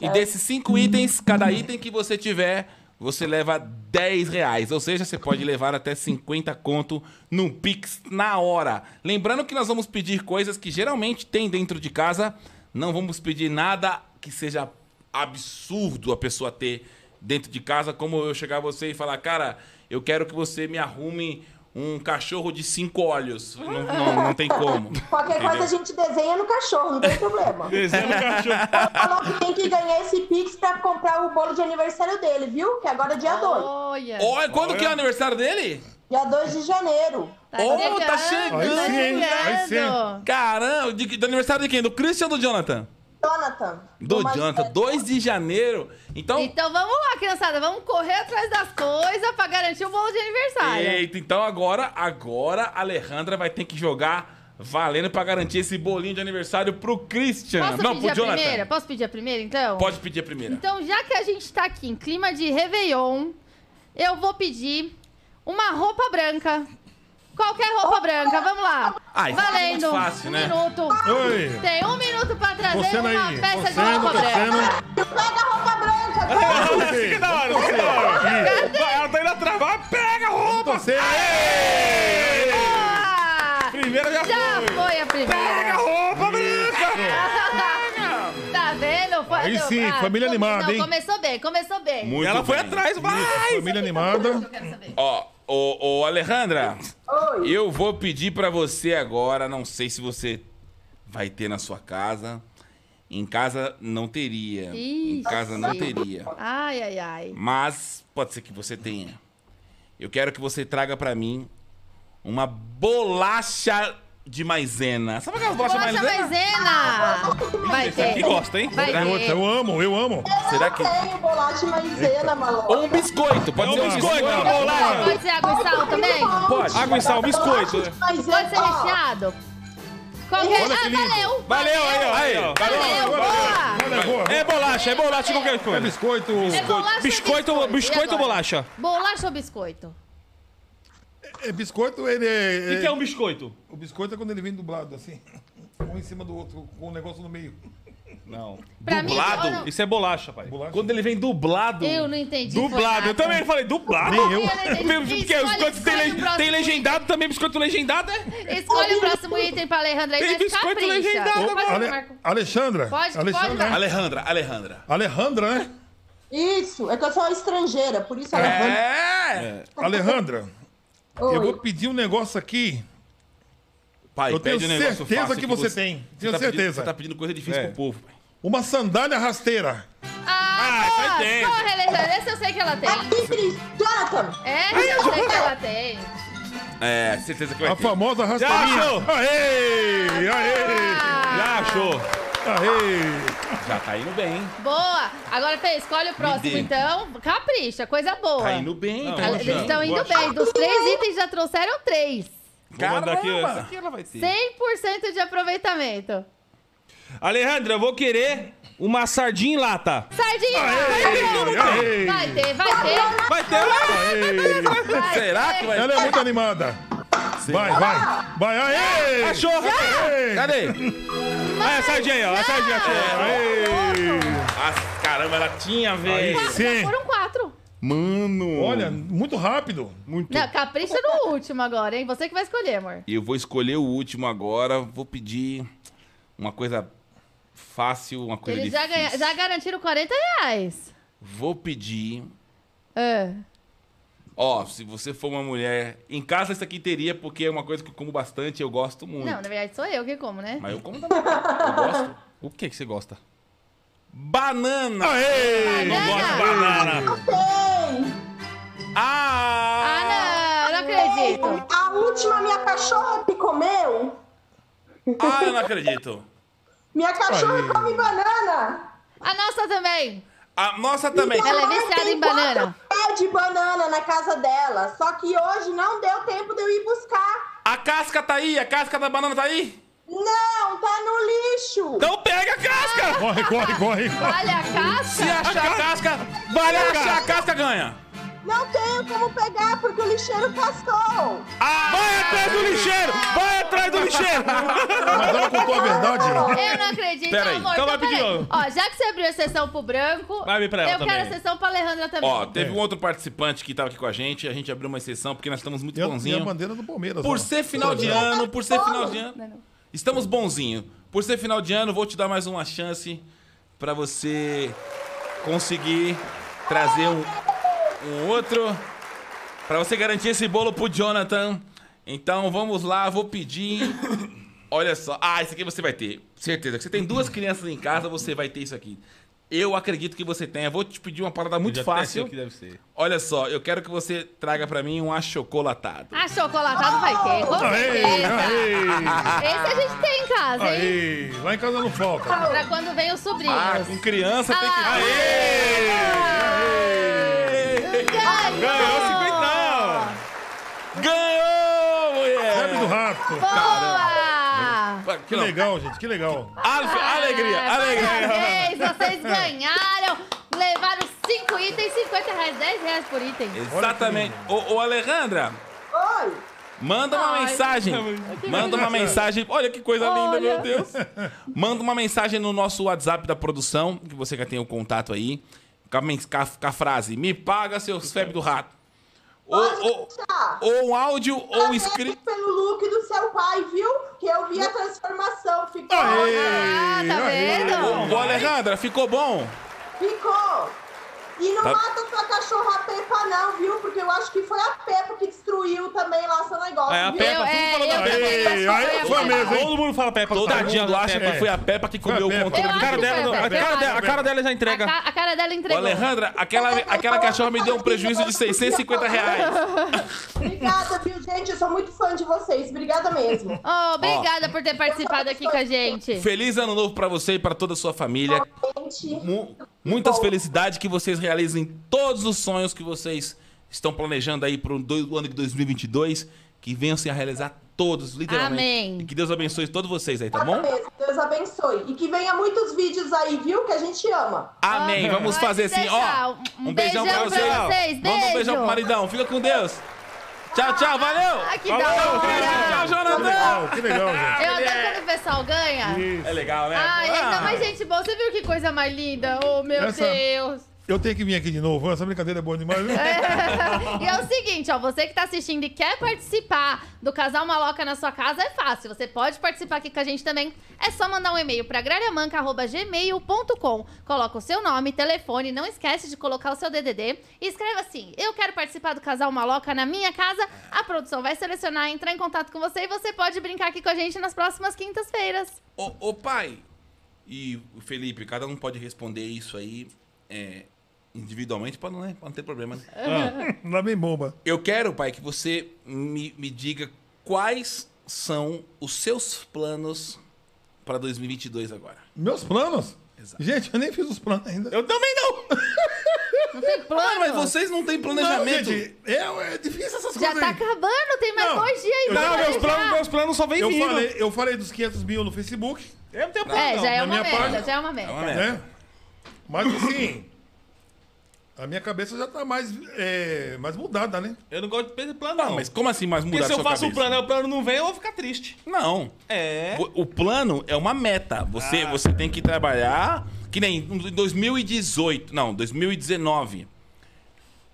S3: E desses cinco itens, cada item que você tiver, você leva 10 reais. Ou seja, você pode levar até 50 conto no Pix na hora. Lembrando que nós vamos pedir coisas que geralmente tem dentro de casa. Não vamos pedir nada que seja absurdo a pessoa ter dentro de casa. Como eu chegar a você e falar, cara, eu quero que você me arrume um cachorro de cinco olhos. Não, não- não tem como.
S8: Qualquer coisa
S3: entendeu?
S8: a gente desenha no cachorro, não tem problema.
S4: Desenho no cachorro.
S8: Falou que tem que ganhar esse Pix pra comprar o bolo de aniversário dele, viu? Que agora é dia 2.
S2: Olha.
S3: Olha, quando que é o aniversário dele?
S8: Dia 2 de janeiro.
S2: Tá
S3: Oh,
S2: chegando.
S3: tá chegando.
S6: Aí sim, hein? Aí
S2: chegando.
S3: Caramba, de- do aniversário de quem? Do Christian ou do Jonathan?
S8: Jonathan.
S3: Do
S8: uma-
S2: é
S3: Jonathan, 2 de janeiro. Então,
S2: Então vamos lá, criançada. Vamos correr atrás das coisas pra garantir o bolo de aniversário.
S3: eita, então agora, agora a Alejandra vai ter que jogar valendo pra garantir esse bolinho de aniversário pro Christian.
S2: Posso
S3: Não,
S2: pedir
S3: pro
S2: a
S3: Jonathan.
S2: primeira? Posso pedir a primeira, então?
S3: Pode pedir a primeira.
S2: Então, já que a gente tá aqui em clima de Réveillon, eu vou pedir uma roupa branca. Qualquer roupa branca, vamos lá.
S3: Ah, isso é
S2: Valendo.
S3: muito fácil,
S2: um
S3: né?
S2: minuto.
S6: Oi.
S2: Tem um minuto pra trazer
S6: Você
S2: uma
S6: aí.
S2: peça
S6: Você
S2: de roupa branca.
S6: não,
S8: Pega a roupa branca, cara.
S4: Fica da hora, fica da hora. Vai, Ela tá indo atrás. Vai, pega a roupa.
S6: você é
S2: Ah,
S4: Primeira Então, já
S2: já
S4: foi.
S2: foi a
S4: Pega a
S2: primeira.
S4: roupa,
S6: É,
S4: branca.
S2: Tá vendo? Foi,
S6: Aí
S2: deu-
S6: sim,
S2: come-
S6: família animada,
S2: não,
S6: hein?
S2: Começou bem, começou bem.
S3: Muito
S4: Ela foi
S3: bem.
S4: atrás, vai.
S6: é. Família animada.
S2: Eu quero saber.
S3: Ó, ô, ô Alejandra,
S8: Oi.
S3: eu vou pedir pra você agora, não sei se você vai ter na sua casa. Em casa não teria. Em
S2: Ixi.
S3: casa não teria.
S2: Ai, ai, ai.
S3: Mas pode ser que você tenha. Eu quero que você traga pra mim uma bolacha de maisena. Sabe aquelas bolachas
S2: Bolacha
S3: maisena?
S2: maisena! Vai
S4: Que
S2: ter.
S4: é- gosta, hein?
S2: Vai
S6: Garota,
S2: ter.
S6: eu amo, eu amo.
S3: Será que-
S8: Eu não tenho bolacha maisena,
S3: Ou
S8: maluco.
S3: um biscoito. Pode
S4: É
S3: ser
S4: um
S3: um
S4: biscoito,
S3: biscoito.
S4: é uma
S6: tá
S2: Pode,
S4: bolacha.
S2: pode ser água e sal também?
S3: Pode.
S4: Água e sal, biscoito. né?
S2: Pode ser recheado? Qualquer...
S6: Olha que
S2: Ah,
S6: lindo.
S2: valeu!
S4: Valeu, aí, ó. Aí, ó.
S2: Valeu,
S4: Valeu.
S2: boa!
S6: Olha, boa.
S4: É bolacha, é bolacha de qualquer
S6: É
S4: coisa.
S6: biscoito.
S2: É bolacha
S4: Biscoito,
S2: ou
S4: ou- biscoito
S2: E
S4: ou
S2: agora?
S4: bolacha?
S2: Bolacha ou biscoito?
S6: É biscoito, ele é.
S4: O que, que é um biscoito?
S6: O biscoito é quando ele vem dublado, assim. Um em cima do outro, com o negócio no meio.
S4: Não.
S2: Pra mim,
S4: dublado?
S2: eu não-
S4: Isso é bolacha, pai.
S3: Quando ele vem dublado.
S2: Eu não entendi. foi
S4: Dublado.
S2: nada.
S4: Eu também falei dublado.
S6: Nem eu.
S4: Meu, Porque os biscoitos tem,
S2: escolhe o
S4: le-
S2: próximo
S4: tem legendado também, biscoito legendado, é?
S2: Escolhe o próximo item pra Alejandra
S4: Tem
S2: aí, vai ficar
S4: biscoito
S2: capricha.
S4: legendado,
S2: Pode,
S6: Ale-
S2: Marco.
S6: Alexandra.
S2: Pode- pode,
S6: Alexandra,
S2: vai.
S6: né?
S3: Alejandra, Alejandra.
S6: Alejandra, né?
S8: Isso, é que eu sou estrangeira, por isso ela
S3: É!
S6: Alejandra, eu vou
S8: Oi.
S6: pedir um negócio aqui.
S3: Pai,
S6: Eu tenho
S3: pede um negócio
S6: certeza
S3: fácil
S6: que você tem. Tenho
S3: tá pedindo-
S6: certeza.
S3: você tá pedindo coisa difícil
S4: É.
S3: pro povo, pai.
S6: Uma sandália rasteira.
S2: Ah,
S4: Ah,
S2: boa,
S4: essa eu entendo.
S2: Corre, Alejandra. Essa eu sei que ela tem.
S8: Ai, que triste. Jonathan,
S2: Essa É, eu sei que ela tem.
S3: É, certeza que vai
S6: A
S3: ter.
S6: famosa rasteirinha.
S4: achou?
S6: Aê! Aê!
S2: Ah,
S4: Já achou.
S6: Aê!
S3: Já tá indo bem, hein?
S2: boa. Agora, Fê, escolhe o próximo,
S3: dê.
S2: então. Capricha, coisa boa.
S3: Tá indo bem,
S4: Não,
S3: tá
S2: Ale-
S3: indo
S4: Gostando,
S2: Eles
S3: bem.
S2: estão indo
S4: gostando.
S2: bem. Dos três itens, já trouxeram três.
S4: Vou mandar aqui
S3: Caramba!
S4: essa. aqui ela vai ter.
S2: 100% de aproveitamento.
S4: Alejandra, eu vou querer uma sardinha em lata.
S2: Sardinha!
S6: Aê!
S2: Vai ter, vai ter.
S4: Vai ter lá.
S6: Aê!
S2: Vai
S3: Será
S2: ter.
S3: que vai
S6: Ela é muito animada. Vai, vai. Vai, aê!
S4: Achou.
S6: Aê!
S3: Cadê?
S4: Olha é a sardinha aí, ó. A sardinha achou.
S6: Aê!
S3: Ah, caramba, ela tinha, velho.
S2: Quatro,
S6: Sim.
S2: já foram quatro.
S3: Mano.
S6: Olha, muito rápido.
S3: muito.
S2: Não, capricha no último agora, hein? Você que vai escolher, amor.
S3: Eu vou escolher o último agora. Vou pedir uma coisa fácil, uma coisa
S2: Eles já,
S3: difícil.
S2: ganha, já garantiram 40 reais.
S3: Vou pedir.
S2: Ah,
S3: Ó, se você for uma mulher, em casa isso aqui teria, porque é uma coisa que eu como bastante, eu gosto muito.
S2: não, na verdade sou eu que como, né?
S3: Mas eu como também. Eu gosto.
S4: O que que você gosta?
S3: Banana!
S2: Banana?
S4: banana.
S8: tem.
S3: Ah!
S2: Ah, não, não acredito.
S8: A última minha cachorra que comeu.
S3: Ah, eu não acredito.
S8: Minha cachorra
S6: Aí.
S8: come banana.
S2: A nossa também.
S3: A nossa também.
S2: Ela é
S8: Ela
S2: viciada
S8: tem
S2: em banana.
S8: quatro pés de banana na casa dela. Só que hoje não deu tempo de eu ir buscar.
S3: A casca tá aí, a casca da banana tá aí?
S8: Não, tá no lixo.
S4: Então pega a casca.
S6: Corre, corre, corre.
S2: Olha a
S3: Se
S2: casca.
S3: achar a casca, vai achar a casca, ganha.
S8: Não tenho como pegar porque o lixeiro cascou.
S4: Vai atrás do lixeiro. Vai atrás do lixeiro.
S6: Mas ela contou a verdade.
S2: Eu não acredito,
S3: Pera aí,
S2: amor.
S4: então vai
S2: peraí.
S4: pedir outro.
S2: Ó, já que você abriu a sessão pro branco,
S4: Vai abrir pra ela
S2: eu quero
S4: também.
S2: a sessão pra Alejandra também.
S3: Ó, teve um outro participante que tava aqui com a gente, a gente abriu uma exceção porque nós estamos muito
S6: E a, e a
S3: bonzinhos.
S6: bandeira do Palmeiras. ó.
S3: Por ser final de ano, por ser final de ano.
S2: Não, não.
S3: Estamos bonzinho. Por ser final de ano, vou te dar mais uma chance pra você conseguir trazer um, um outro Pra você garantir esse bolo pro Jonathan. Então vamos lá, vou pedir. Olha só. Ah, isso aqui você vai ter. Certeza. Você tem duas crianças em casa, você vai ter isso aqui. Eu acredito que você tenha. Vou te pedir uma parada muito fácil.
S4: que deve ser.
S3: Olha só, eu quero que você traga pra mim um achocolatado.
S2: Achocolatado vai ter, com
S6: Aê,
S2: certeza.
S6: aê,
S2: Esse a gente tem em casa, hein?
S6: aê. Lá em casa não falta.
S2: Pra quando vem os sobrinhos.
S3: Ah, com criança tem que.
S2: Ah. Ganhou!
S4: Ganhou
S5: Ah.
S4: 50.
S3: Ganhou, mulher!
S6: Febre do rato.
S2: Boa!
S6: Que
S3: Não. Ah,
S6: legal, gente, que legal.
S5: Ah,
S3: Alf- alegria, alegria.
S2: Parabéns, vocês ganharam! Levaram 5 itens, 50 reais, 10 reais por item.
S3: Exatamente. Ô, ô,
S5: Ah,
S3: Alejandra,
S8: Oi.
S3: manda uma
S2: Ai.
S3: mensagem. Manda uma mensagem. Olha que coisa linda,
S2: Olha.
S3: meu Deus. Manda uma mensagem no nosso WhatsApp da produção, que você já tem o contato aí, com a, mens- com a- com a frase: Me paga seus febre do rato. Ou, ou,
S8: deixar.
S3: ou um áudio
S2: Tá
S3: ou um escrito.
S8: Pelo look do seu pai, viu? Que eu vi a transformação. Ficou.
S2: Ah, tá
S6: Aê,
S2: vendo?
S3: Ô, Alejandra, ficou bom?
S8: Ficou. E não
S3: Tá.
S8: mata sua cachorra Peppa, não, viu? Porque eu acho que foi a Peppa que destruiu também lá seu negócio.
S4: É, a
S8: viu?
S4: Peppa,
S2: é,
S4: tudo falando
S2: eu
S4: da Peppa.
S2: também acho que
S6: Aê, aê,
S2: assim. a
S6: foi
S2: Peppa.
S6: mesmo, hein?
S4: Todo mundo fala Peppa.
S3: Todo
S4: Tadinha
S3: mundo
S4: da
S3: acha
S4: Peppa.
S3: que foi a Peppa que comeu
S6: Foi a
S3: o
S6: Peppa.
S2: Eu
S3: controle.
S4: A
S2: acho
S4: cara,
S2: que
S4: dela,
S2: foi
S4: não- a,
S2: Peppa,
S4: cara
S2: eu
S4: dela, a
S2: acho.
S4: cara dela já entrega.
S2: A, ca- a cara dela tá
S3: Ô,
S2: entregou.
S3: Alejandra, aquela, aquela cachorra me deu um prejuízo de 650 reais.
S8: Obrigada, viu, gente? Eu sou muito fã de vocês. Obrigada mesmo.
S2: Oh, obrigada por ter participado aqui com a gente.
S3: Feliz ano novo pra você e pra toda a sua família.
S8: Gente,
S3: Mu- muitas felicidades que vocês realizem todos os sonhos que vocês estão planejando aí pro do- ano de 2022, que venham se a realizar todos, literalmente.
S2: Amém.
S3: E que Deus abençoe todos vocês aí, tá
S8: obrigada
S3: bom?
S8: mesmo. Deus abençoe. E que venha muitos vídeos aí, viu? Que a gente ama.
S3: Amém.
S2: Ah,
S3: Vamos
S2: pode
S3: fazer assim,
S2: deixar. Um
S3: ó. Um beijão pra vocês.
S2: vocês.
S3: Manda um
S2: Beijo.
S3: beijão pro maridão. Fica com Deus. Tchau, tchau, valeu!
S2: Ah, que da hora!
S3: Tchau, Jonathan!
S6: Legal, que legal, gente.
S2: Eu adoro quando o pessoal ganha.
S3: É legal, né?
S2: Ai, ainda
S3: Ah.
S2: mais gente boa. Você viu que coisa mais linda? Oh, meu
S6: Essa-
S2: Deus.
S6: Eu tenho que vir aqui de novo. Essa brincadeira é boa demais. viu?
S2: E é o seguinte, ó, você que tá assistindo e quer participar do Casal Maloca na sua casa, é fácil. Você pode participar aqui com a gente também. É só mandar um e-mail pra gralhamanca.gmail.com. Coloca o seu nome, telefone, não esquece de colocar o seu DDD. E escreva assim, eu quero participar do Casal Maloca na minha casa. A produção vai selecionar, entrar em contato com você e você pode brincar aqui com a gente nas próximas quintas-feiras.
S3: Ô, ô, pai e o Felipe, cada um pode responder isso aí é, individualmente pra não, né, pra não ter problema, né?
S6: Lá vem bomba.
S3: Eu quero, pai, que você me, me diga quais são os seus planos pra 2022 agora.
S6: Meus planos?
S3: Exato.
S6: Gente, eu nem fiz os planos ainda.
S3: Eu também não!
S2: Não tem plano?
S3: Ah, Mas vocês não têm
S6: Não,
S3: planejamento.
S6: gente, é, é difícil essas
S2: Já
S6: coisas
S2: tá
S6: aí.
S2: acabando, tem mais
S6: Não,
S2: dois dias ainda.
S5: Não,
S2: pra
S5: meus
S2: planejar.
S5: planos, meus planos só vem
S6: Eu
S5: vindo.
S6: falei, eu falei dos 500 mil no Facebook,
S5: Eu não tenho plano,
S2: É,
S5: não.
S2: já é
S6: na
S2: uma
S6: minha
S2: meta,
S6: parte-
S2: já é uma meta.
S3: é uma merda.
S6: né? Mas assim, a minha cabeça já tá mais, é, mais mudada, né?
S5: Eu não gosto de perder plano,
S3: Não,
S5: não.
S3: mas como assim mais mudar
S5: Porque se
S3: a
S5: eu
S3: sua
S5: faço um
S3: cabeça?
S5: plano e o plano não vem, eu vou ficar triste.
S3: Não.
S5: É. Ah.
S3: O, o plano é uma meta. Você, você tem que trabalhar. Que nem em 2018. Não, 2019.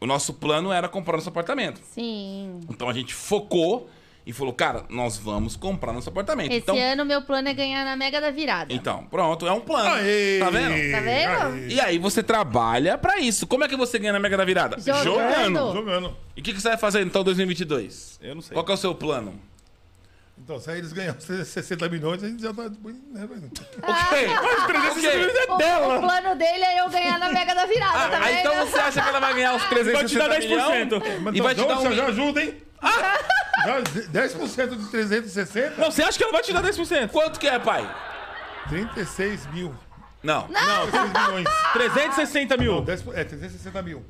S3: O nosso plano era comprar nosso apartamento.
S2: Sim.
S3: Então a gente focou e falou, cara, nós vamos comprar nosso apartamento.
S2: Esse
S3: então,
S2: ano meu plano é ganhar na Mega da Virada.
S3: então, pronto, é um plano.
S6: Aê!
S3: Tá vendo?
S2: Tá vendo?
S6: Aê!
S3: E aí você trabalha pra isso. Como é que você ganha na Mega da Virada?
S2: Jogando.
S6: Então, Jogando.
S3: E o que, que você vai fazer então em 2022?
S5: Eu não sei.
S3: Qual que é o seu plano?
S6: Então, se aí eles ganham 60 milhões, a gente já tá. né, velho?
S3: Ok. Ah, ok.
S2: Ah, O, o plano dele é eu ganhar na Mega da Virada, tá
S3: Ah,
S2: vendo?
S3: então você acha que ela vai ganhar os
S5: Vai te
S3: 360
S5: dar
S3: milhão?
S5: 10%.
S6: Mas
S3: E
S6: não,
S3: vai te dar
S6: Então, Johnson,
S3: um
S6: já
S3: mil-
S6: ajuda, hein? Já, 10% de 360,
S5: Não, você acha que ela vai te dar 10%?
S3: Quanto que é, pai?
S6: 36 mil.
S3: Não, não,
S6: 36 milhões.
S5: 360 mil. Uh,
S6: Não, 10 é, 360 mil.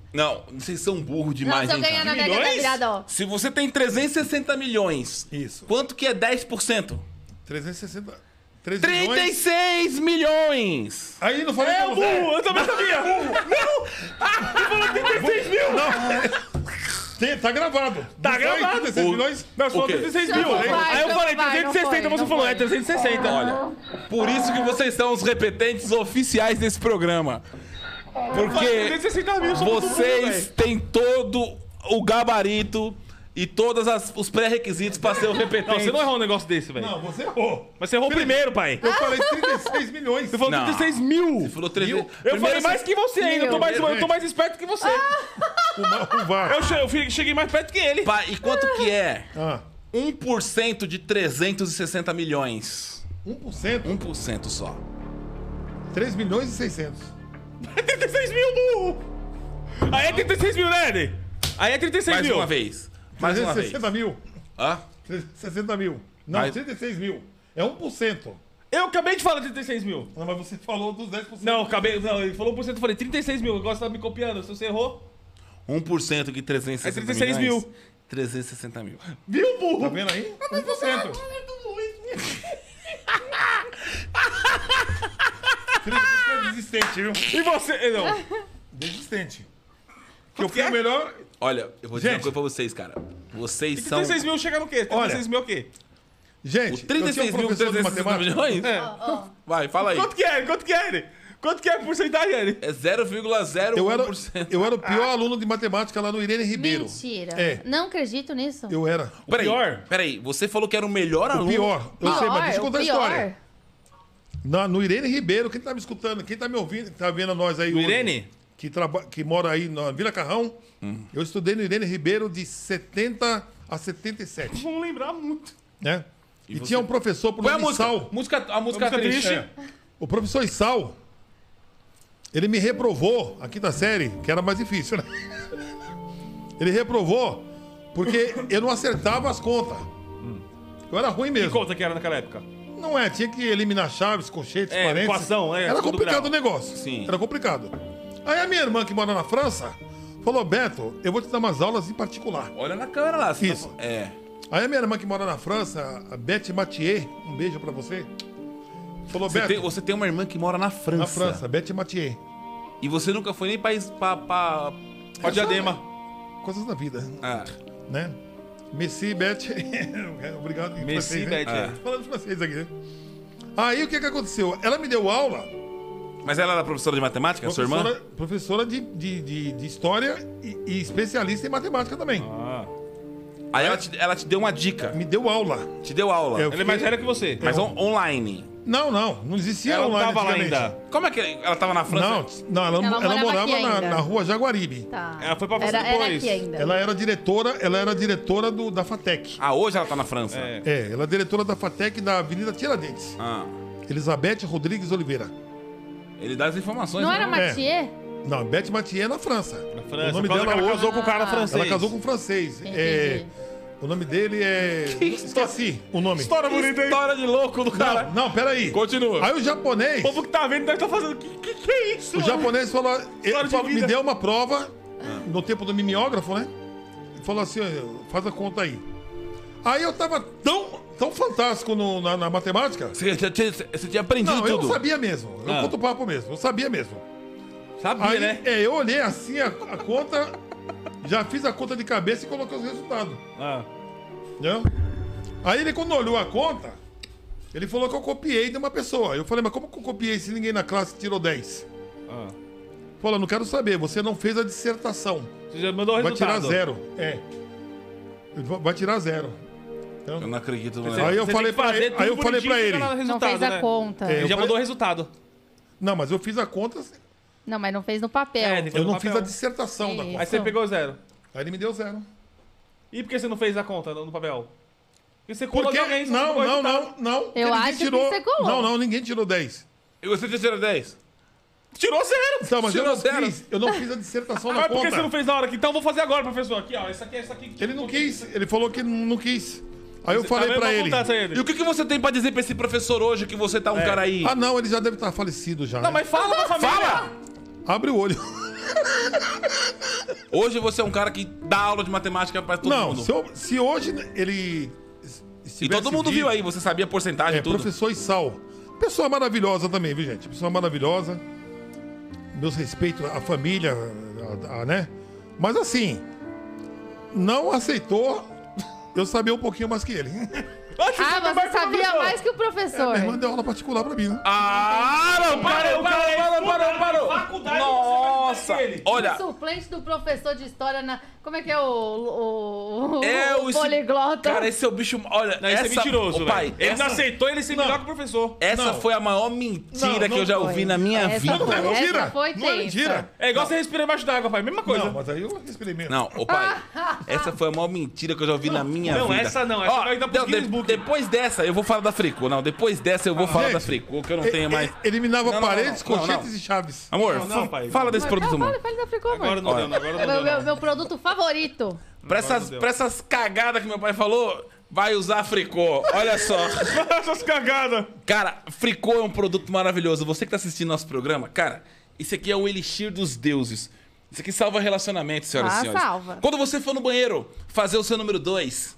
S3: vocês são burros
S2: Não,
S3: demais,
S2: se eu
S3: hein,
S2: ganhar
S3: cara.
S2: na Mega da
S5: Milhões?
S2: Virada, ó.
S3: Se você tem 360 milhões,
S6: Isso.
S3: quanto que é 10%?
S6: 360. 3 milhões.
S3: 36 milhões!
S6: Aí não falei
S5: É
S6: pra
S5: o
S6: você.
S3: uh!
S5: burro, eu também sabia.
S6: Tem- tá gravado.
S5: Tá
S6: Não foi
S5: gravado.
S6: 36 milhões?
S5: Nós
S3: O
S5: falamos
S3: quê?
S5: 36
S2: Não
S5: mil.
S2: foi,
S5: Aí eu
S2: não
S5: falei
S2: foi, não
S5: 360,
S2: foi,
S5: você
S2: não
S5: falou, é
S2: foi.
S6: então.
S5: 360.
S3: Olha, por isso que vocês são os repetentes oficiais desse programa. Porque
S5: 360 mil, só um
S3: vocês têm todo o gabarito e todos os pré-requisitos pra ser o
S5: Não,
S3: repetente.
S5: você não errou um negócio desse, velho.
S6: Não, você errou.
S5: Mas você errou primeiro, pai.
S6: Eu falei 36 milhões.
S5: Você falou
S3: Não.
S5: 36 mil.
S3: Falou 300.
S5: Eu
S3: Primeiro
S5: falei
S3: você-
S5: mais que você ainda, eu tô mais, eu tô mais esperto que você.
S6: O, ma- o VAR.
S5: Eu che- Eu fi- cheguei mais perto que ele.
S3: Pai, e quanto que é
S6: Ah,
S3: 1% de 360 milhões?
S6: 1%,
S3: 1% só.
S6: 3 Um, milhões e 600.
S5: É 36 mil, burro! Aí é 36 mil, né, Eden? Aí é 36
S3: Mais
S5: mil.
S3: uma vez. Mais uma vez.
S6: 360 mil.
S3: Hã?
S6: 360 mil. Não,
S3: Mas-
S6: 36 mil. É 1%.
S5: Eu acabei de falar 36 mil.
S6: Não, mas você falou dos 10%.
S5: Não, acabei. Não, ele falou um por cento, eu falei 36 mil. Agora você tá me copiando. Se você errou.
S3: 1% de 360
S5: É 36
S3: milhões,
S5: mil.
S3: 360 mil.
S5: Viu,
S6: Tá
S5: burro?
S6: vendo aí? 1%. 36 é desistente, viu?
S5: E você. eh, Não.
S6: Desistente. Que eu
S5: quê?
S6: fui o melhor.
S3: Olha, eu vou dizer
S6: Gente.
S3: uma coisa pra vocês, cara. Vocês são...
S5: 36 mil chega no quê? 36 mil é o quê?
S6: Gente,
S3: Os
S6: eu tinha
S3: 36
S6: um
S3: mil,
S6: professor de
S3: 360
S6: matemática.
S3: milhões? Vai, fala aí.
S5: É. Quanto que é? Quanto que é, Eden? Quanto que é a porcentagem, Eden?
S3: É
S6: Eu era,
S3: 0,01%.
S6: eu era o pior aluno de matemática lá no Irene Ribeiro.
S2: Mentira.
S6: É.
S2: Não acredito nisso.
S6: Eu era.
S3: Peraí,
S5: pior.
S3: peraí, você falou que era o melhor
S6: O
S3: aluno.
S6: pior. Eu
S2: Pior,
S6: sei, mas deixa eu contar a
S2: é, pior.
S6: história. Na, no Irene Ribeiro, quem tá me escutando, quem tá me ouvindo, que tá vendo nós aí.
S5: O
S6: hoje,
S5: Irene?
S6: Que, traba, que mora aí na Vila Carrão. Eu estudei no Irene Ribeiro de 70 a 77,
S5: Vamos lembrar muito.
S6: né? E,
S3: você?
S6: tinha um professor, por
S3: Qual é a
S6: nome
S3: música?
S6: Sal.
S3: música? A música,
S5: Música
S3: triste.
S5: triste.
S6: O professor Isal, ele me reprovou a quinta série, que era mais difícil, né? Ele reprovou porque eu não acertava as contas. Eu era ruim
S5: Que
S6: mesmo.
S5: conta que era naquela época?
S6: Não é, tinha que eliminar chaves, colchetes,
S5: É,
S6: parênteses.
S5: equação, é,
S6: Era
S5: segundo
S6: complicado
S5: grau.
S6: o negócio.
S3: Sim.
S6: Era complicado. Aí a minha irmã, que mora na França, falou, Beto, eu vou te dar umas aulas em particular.
S3: Olha na câmera lá. você tá
S6: Isso.
S3: fal- É.
S6: Aí a minha irmã, que mora na França, a Beth Mathieu, um beijo pra você, falou,
S3: Você
S6: Beto,
S3: tem, você tem uma irmã que mora na França.
S6: na França, Beth Mathieu,
S3: E você nunca foi nem pra, es- pra, pra, pra
S6: Eu sou-
S3: Diadema.
S6: é. coisas da vida.
S3: Ah,
S6: né? Messi Bet. Obrigado. em
S5: Messi
S6: francês, né?
S5: Bet, é.
S6: Falando francês aqui, né? Aí o que, que aconteceu? Ela me deu aula.
S3: Mas ela era professora de
S5: É
S3: matemática, sua irmã?
S6: professora professora de, de, de, de história e, e especialista em matemática também.
S3: Aí ela te, ela te deu uma dica,
S6: Me deu aula.
S3: te deu aula.
S6: Eu
S5: Ele é mais velho que você.
S3: Mas on- online.
S6: Não, não. Não existia
S5: Ela não
S6: online
S5: tava lá
S6: antigamente.
S5: ainda.
S3: Como é que ela tava na França?
S6: Não, não, ela,
S2: Ela
S6: ela
S2: morava
S6: morava
S2: aqui
S6: na,
S2: ainda.
S6: na rua Jaguaribe.
S2: Tá.
S5: Ela foi pra você
S2: era, era
S5: depois.
S2: aqui ainda.
S6: Ela era diretora, ela era diretora do, da FATEC.
S3: Ah, hoje ela tá na França.
S5: É.
S6: É, ela é diretora da FATEC da Avenida Tiradentes.
S3: Ah,
S6: Elizabeth Rodrigues Oliveira.
S3: ele dá as informações.
S2: Não
S3: né?
S2: era Mathieu?
S6: Não, Beth Mathieu é na França.
S5: Na França.
S6: o nome
S5: por causa
S6: dela
S5: que ela
S6: hoje,
S5: casou com o cara francês.
S6: ela casou com um francês.
S2: Entendi.
S6: É, o nome dele é. Esqueci o nome.
S5: História bonita, hein?
S3: História de louco do cara.
S6: Não, não, peraí.
S3: Continua.
S6: Aí o japonês.
S5: O povo que tá vendo deve tá fazendo. Que, que, que é isso?
S6: O japonês falou, ele
S5: de
S6: falou, me
S5: vida.
S6: deu uma prova ah, no tempo do mimeógrafo, né? Ele falou assim, "Ó, faz a conta aí. Aí eu tava tão, tão fantástico no- na, na matemática.
S3: Você, você- você- você tinha aprendido
S6: Não, eu
S3: tudo. Ah.
S6: não sabia mesmo. Eu conto o papo mesmo, eu sabia mesmo.
S3: Sabia,
S6: Aí
S3: né?
S6: é, eu olhei assim a, a conta, já fiz a conta de cabeça e coloquei os resultados.
S5: Ah.
S6: Entendeu? Né? Aí ele, quando olhou a conta, ele falou que eu copiei de uma pessoa. Eu falei, mas como que eu copiei se ninguém na classe tirou 10?
S5: Ah.
S6: Falou, não quero saber, você não fez a dissertação.
S5: Você já mandou o
S6: Vai
S5: resultado.
S6: tirar zero. É. Ele va- Vai tirar zero.
S3: Eu não acredito. Não.
S6: Aí eu
S5: Você
S6: falei
S5: tem que
S6: pra
S5: fazer
S6: ele.
S5: tudo
S6: Aí eu falei
S5: bonitinho
S6: pra
S5: e
S6: ele.
S5: chegar lá no
S2: Não
S5: resultado,
S2: fez a
S5: né?
S2: conta.
S6: É.
S5: Ele
S6: Eu
S5: já
S6: falei-
S5: mandou o resultado.
S6: Não, mas eu fiz a conta,
S2: Não, mas não fez no papel.
S5: É, ele fez
S6: eu
S5: no
S6: não fiz a
S5: papel.
S6: dissertação
S2: Sim.
S6: da conta.
S5: Aí você pegou zero.
S6: Aí ele me deu zero.
S5: E por que você não fez a conta no no papel? Porque você colou
S6: Porque
S5: de alguém. tá. você
S6: não,
S5: colou o
S6: não,
S5: resultado.
S6: não, não. porque
S2: Eu
S6: ninguém
S2: acho que você colou.
S6: Não, não, ninguém tirou 10.
S3: E você tinha tirado 10? Tirou zero!
S6: Então, mas
S3: tirou
S6: eu não fiz, eu não fiz a dissertação
S5: Mas
S6: da
S5: por que
S6: conta.
S5: Ah, você não fez na hora aqui? Então eu vou fazer agora, professor. Aqui, ó. Isso aqui, isso aqui.
S6: Ele não quis, ele falou que não quis. Aí eu
S5: Tá
S6: falei
S5: vendo?
S6: pra
S5: Vou
S6: ele.
S5: contar essa aí,
S3: E o que, que você tem pra dizer pra esse professor hoje que você tá um cara aí?
S6: Ah, não, ele já deve estar falecido já.
S5: Não,
S6: né?
S5: mas fala pra família.
S3: Fala!
S6: Abre o olho.
S3: Hoje você é um cara que dá aula de matemática pra todo
S6: não,
S3: mundo.
S6: se, eu- se hoje ele. es-
S3: E
S6: estivesse
S3: todo mundo
S6: vivo-
S3: viu aí, você sabia a porcentagem
S6: É,
S3: e tudo.
S6: professor Issal. Pessoa maravilhosa também, viu, gente? Pessoa maravilhosa. Meus respeitos à família, a- a- né? Mas assim, não aceitou eu saber um pouquinho mais que ele.
S2: Ah, você sabia mais que o professor.
S6: Minha irmã deu aula particular pra mim, né?
S3: Ah, não, parou, parou, parou, parou, parou.
S5: Faculdade, você
S3: Nossa,
S5: vai perder ele.
S3: olha,
S2: Suplente do professor de história na. Como é que é o. o, o-
S3: é
S2: o
S3: o... esse-
S2: poliglota?
S3: Cara, esse é o bicho... Olha,
S5: Não,
S3: essa...
S5: esse é mentiroso,
S3: Ô,
S5: velho.
S3: pai,
S5: Ele
S3: essa,
S5: não aceitou, ele se melhor que o professor.
S3: essa
S6: Não.
S3: foi a maior mentira
S6: Não,
S3: que eu
S6: não
S3: já
S2: foi.
S3: ouvi na minha
S2: Essa
S3: vida.
S6: Não, é
S2: Essa
S6: mentira!
S2: foi
S6: não é
S2: tensa.
S6: mentira!
S5: É igual você respirar embaixo d'água, pai. Mesma coisa.
S6: Não, mas aí eu respirei mesmo.
S3: Não, ô pai, essa foi a maior mentira que eu já ouvi na minha
S5: não,
S3: vida.
S5: essa não, essa
S3: Ó,
S5: vai dar pro
S3: não,
S5: Guinness Book.
S3: Depois dessa, eu vou falar da Fricô. Não, depois dessa eu vou falar
S6: gente,
S3: da Fricô, que eu não
S6: E-
S3: tenho
S6: e-
S3: mais...
S6: Eliminava
S3: Não, não,
S6: paredes,
S3: não, não,
S6: colchetes
S3: não.
S6: e chaves.
S3: Amor,
S5: é, Não, não,
S3: fa-
S5: pai,
S3: fala
S5: não.
S3: desse é produto,
S2: Não,
S3: mano.
S2: fala, fala da Fricô,
S5: Agora
S2: amor.
S5: não deu, não, agora
S2: É
S5: não
S2: meu,
S5: deu.
S2: meu,
S5: não.
S2: meu produto favorito.
S3: Pra essas,
S5: deu.
S3: pra essas cagadas que meu pai falou, vai usar Fricô. Olha só.
S5: Essas cagadas.
S3: Cara, Fricô é um produto maravilhoso. Você que tá assistindo nosso programa, cara, isso aqui é o elixir dos deuses. Isso aqui salva relacionamento, senhoras
S2: Ah,
S3: e senhores.
S2: salva.
S3: Quando você for no banheiro fazer o seu número 2,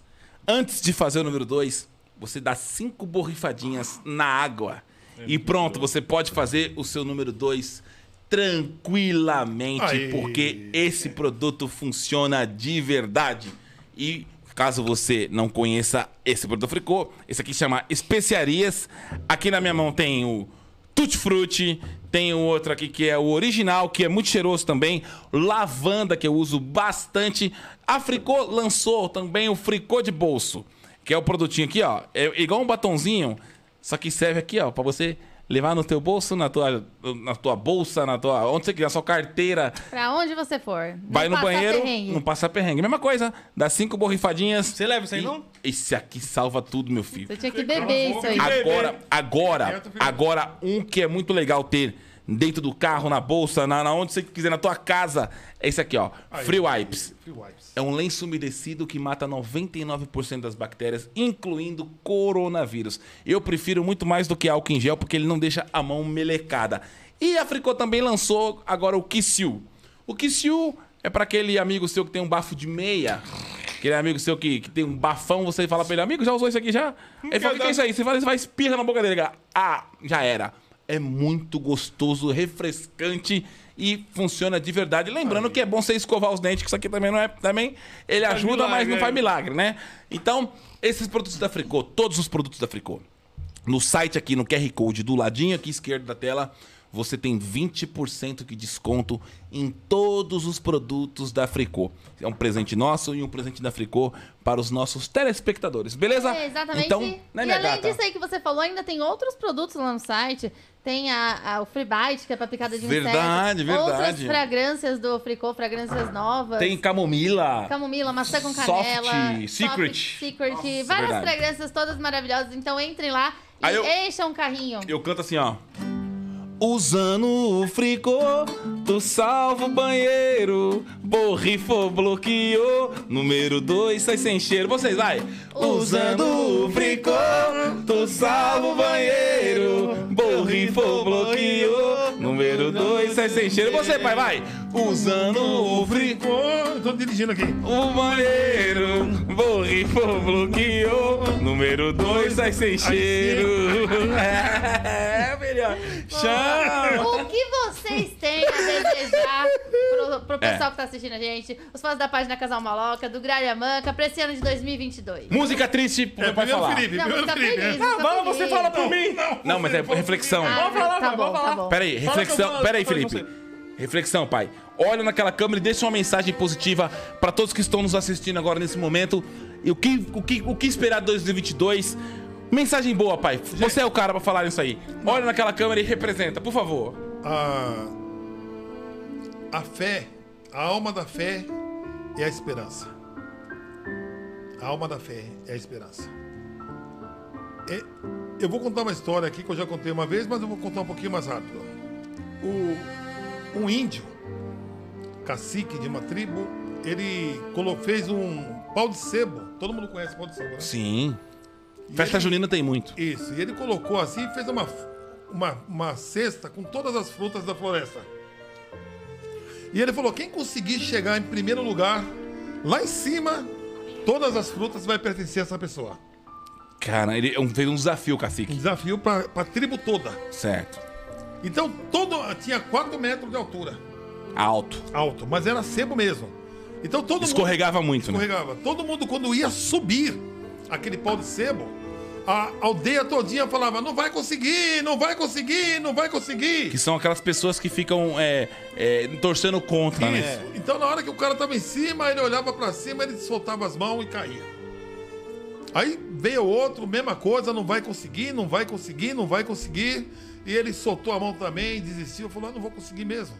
S3: antes de fazer o número 2, você dá cinco borrifadinhas na água. e pronto, você pode fazer o seu número 2 tranquilamente,
S6: Aí.
S3: porque esse produto funciona de verdade. E caso você não conheça esse produto Fricô, esse aqui chama Especiarias. Aqui na minha mão tem o Tutti Frutti, tem o outro aqui que é o original, que é muito cheiroso também. Lavanda, que eu uso bastante. A Fricô lançou também o Fricô de Bolso, que é o produtinho aqui, ó. É igual um batonzinho, só que serve aqui, ó, pra você levar no teu bolso, na tua, na tua bolsa, na tua... Onde você quiser, na sua carteira.
S2: Pra onde você for. Não
S3: Vai no
S2: passar
S3: banheiro,
S2: perrengue.
S3: não passa perrengue. Mesma coisa, dá cinco borrifadinhas.
S5: Você leva isso aí,
S3: E
S5: não?
S3: Esse aqui salva tudo, meu filho.
S2: Você tinha que beber isso aí.
S3: Agora, agora, agora, um que é muito legal ter dentro do carro, na bolsa, na, na onde você quiser, na tua casa, é esse aqui, ó. Free Wipes.
S6: Free wipes.
S3: É um lenço umedecido que mata 99% das bactérias, incluindo coronavírus. Eu prefiro muito mais do que álcool em gel, porque ele não deixa a mão melecada. E a Fricô também lançou agora o Kissil. O Kissil é para aquele amigo seu que tem um bafo de meia. Aquele amigo seu que, que tem um bafão, você fala pra ele, amigo, já usou isso aqui já? Ele fala, o que, que é isso aí? Você fala, você vai espirra na boca dele, cara. Ah, já era. É muito gostoso, refrescante e funciona de verdade. Lembrando que é bom você escovar os dentes, que isso aqui também não é. Também ele ajuda, mas
S4: milagre,
S3: não
S4: é.
S3: faz milagre, né? Então, esses produtos da Fricô, todos os produtos da Fricô, no site aqui, no QR Code, do ladinho aqui esquerdo da tela, você tem 20% de desconto em todos os produtos da Fricô. É um presente nosso e um presente da Fricô para os nossos telespectadores, beleza?
S2: É, exatamente.
S3: Então,
S2: e
S3: né,
S2: além
S3: minha gata?
S2: disso é aí que você falou, ainda tem outros produtos lá no site. Tem a, a- o Free Bite, que é pra picada de
S3: Verdade,
S2: inseto. Outras
S3: verdade.
S2: fragrâncias do Fricô, fragrâncias novas.
S3: Tem camomila.
S2: Camomila, maçã com
S3: Soft,
S2: canela.
S3: Secret.
S2: Secret. várias
S3: verdade.
S2: fragrâncias todas maravilhosas. Então entrem lá e
S3: Aí eu-
S2: encham o carrinho.
S3: Eu canto assim, ó. Usando o fricô, tu salva o banheiro. Borrifo bloqueou. Número 2 sai sem cheiro. Vocês, vai. Usando o fricô, tu salva o banheiro. Borrifo bloqueou. Número 2 sai sem cheiro. Você, pai, vai. Usando o fricô.
S6: Ô, tô dirigindo aqui.
S3: O banheiro, borrifo, bloqueou. Número 2 sai sem cheiro. É, melhor. Chama.
S2: O que vocês têm a desejar pro, pro
S3: É.
S2: pessoal que tá assistindo a gente? Os fãs da página Casal Maloca, do Gralha Manca, pra esse ano de 2022.
S3: Música triste pro
S6: É,
S3: meu pai
S6: primeiro
S3: falar.
S6: Felipe,
S2: Não,
S6: primeiro
S2: fica
S6: Felipe.
S2: feliz.
S6: né?
S2: fica
S4: Fala, Tá você
S2: feliz.
S4: fala por mim.
S3: Não, mas é reflexão.
S2: Ah,
S4: falar,
S2: tá
S4: vamos
S2: bom,
S4: falar.
S2: tá bom.
S3: Pera aí,
S4: Fala que eu
S3: reflexão.
S4: falo,
S3: Pera aí,
S4: eu falo de
S3: Felipe. Reflexão, pai. Olha naquela câmera e deixa uma mensagem positiva pra todos que estão nos assistindo agora nesse momento. E o que, o que, o que esperar de 2022? Mensagem boa, pai. Você é o cara pra falar isso aí. Olha naquela câmera e representa, por favor.
S6: a, a fé, a alma da fé é a esperança. A alma da fé é a esperança. É- eu vou contar uma história aqui que eu já contei uma vez, mas eu vou contar um pouquinho mais rápido. O, um índio, cacique de uma tribo, ele colo- fez um pau de sebo. Todo mundo conhece pau de sebo, né?
S3: Sim. Festa junina tem muito.
S6: Isso, e ele colocou assim e fez uma, uma, uma cesta com todas as frutas da floresta. E ele falou: quem conseguir chegar em primeiro lugar, lá em cima, todas as frutas vai pertencer a essa pessoa.
S3: Cara, ele é um- fez um desafio,
S6: Um
S3: cacique.
S6: desafio para a tribo toda.
S3: Certo.
S6: Então, todo tinha 4 metros de altura,
S3: Alto.
S6: alto, mas era sebo mesmo. Então, todo mundo.
S3: Escorregava muito, né?
S6: escorregava. Todo mundo, quando ia subir aquele pau de sebo, a aldeia todinha falava: não vai conseguir, não vai conseguir, não vai conseguir.
S3: Que são aquelas pessoas que ficam é, é, torcendo contra,
S6: Isso.
S3: né?
S6: Então, na hora que o cara tava em cima, ele olhava pra cima, ele soltava as mãos e caía. Aí veio outro, mesma coisa, não vai conseguir, não vai conseguir, não vai conseguir. E ele soltou a mão também, desistiu, falou: "Ah, não vou conseguir mesmo.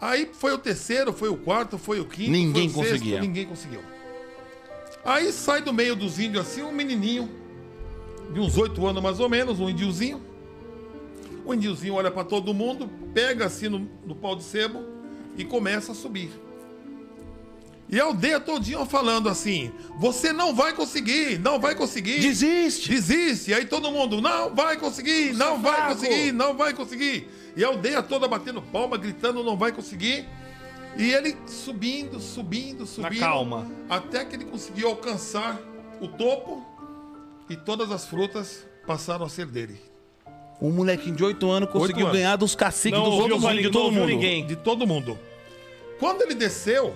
S6: Aí foi o terceiro, foi o quarto, foi o quinto.
S3: Ninguém
S6: foi o sexto,
S3: conseguia.
S6: Ninguém conseguiu. Aí sai do meio dos índios assim um menininho, de uns oito anos mais ou menos, um indiozinho. O indiozinho olha pra todo mundo, pega assim no, no pau de sebo e começa a subir. E a aldeia todinha falando assim: você não vai conseguir, não vai conseguir.
S3: Desiste!
S6: Desiste. Aí todo mundo, não vai conseguir, não vai conseguir, não vai conseguir. E a aldeia toda batendo palma, gritando, não vai conseguir. E ele subindo, subindo,
S4: Na
S6: subindo.
S4: calma.
S6: Até que ele conseguiu alcançar o topo e todas as frutas passaram a ser dele.
S3: Um molequinho de 8 anos conseguiu
S6: anos.
S3: ganhar dos caciques
S4: Não
S3: dos
S4: ouviu
S3: outros
S4: barulho,
S3: índios,
S4: não
S3: todo
S4: ouviu
S3: mundo.
S4: ninguém.
S6: De todo mundo. Quando ele desceu,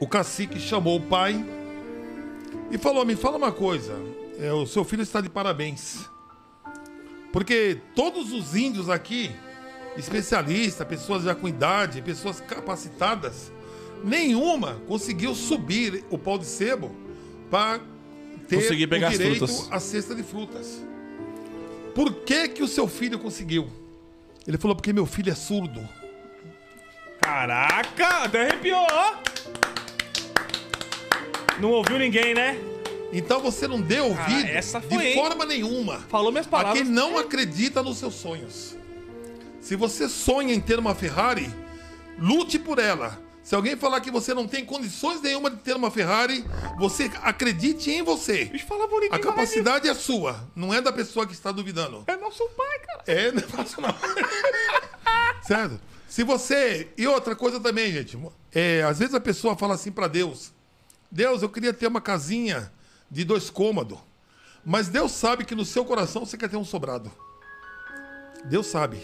S6: o cacique chamou o pai e falou: Me fala uma coisa, é, o seu filho está de parabéns. Porque todos os índios aqui, especialistas, pessoas já com idade, pessoas capacitadas, nenhuma conseguiu subir o pau de sebo para ter
S3: Conseguir pegar
S6: o
S3: as
S6: direito
S3: frutas.
S6: à cesta de frutas. Por que que o seu filho conseguiu? Ele falou porque meu filho é surdo.
S4: Caraca, até arrepiou, ó. Não ouviu ninguém, né?
S6: Então você não deu ouvido
S4: Ah, essa foi,
S6: de
S4: hein?
S6: forma nenhuma
S4: Falou minhas
S6: a
S4: palavras.
S6: quem não acredita nos seus sonhos. Se você sonha em ter uma Ferrari, lute por ela. Se alguém falar que você não tem condições nenhuma de ter uma Ferrari, você acredite em você.
S4: Bicho, fala bonito.
S6: A capacidade é sua, não é da pessoa que está duvidando.
S4: É nosso pai, cara.
S6: É, não é fácil não. certo? Se você. E outra coisa também, gente. É, às vezes a pessoa fala assim pra Deus: Deus, eu queria ter uma casinha de dois cômodos. Mas Deus sabe que no seu coração você quer ter um sobrado. Deus sabe.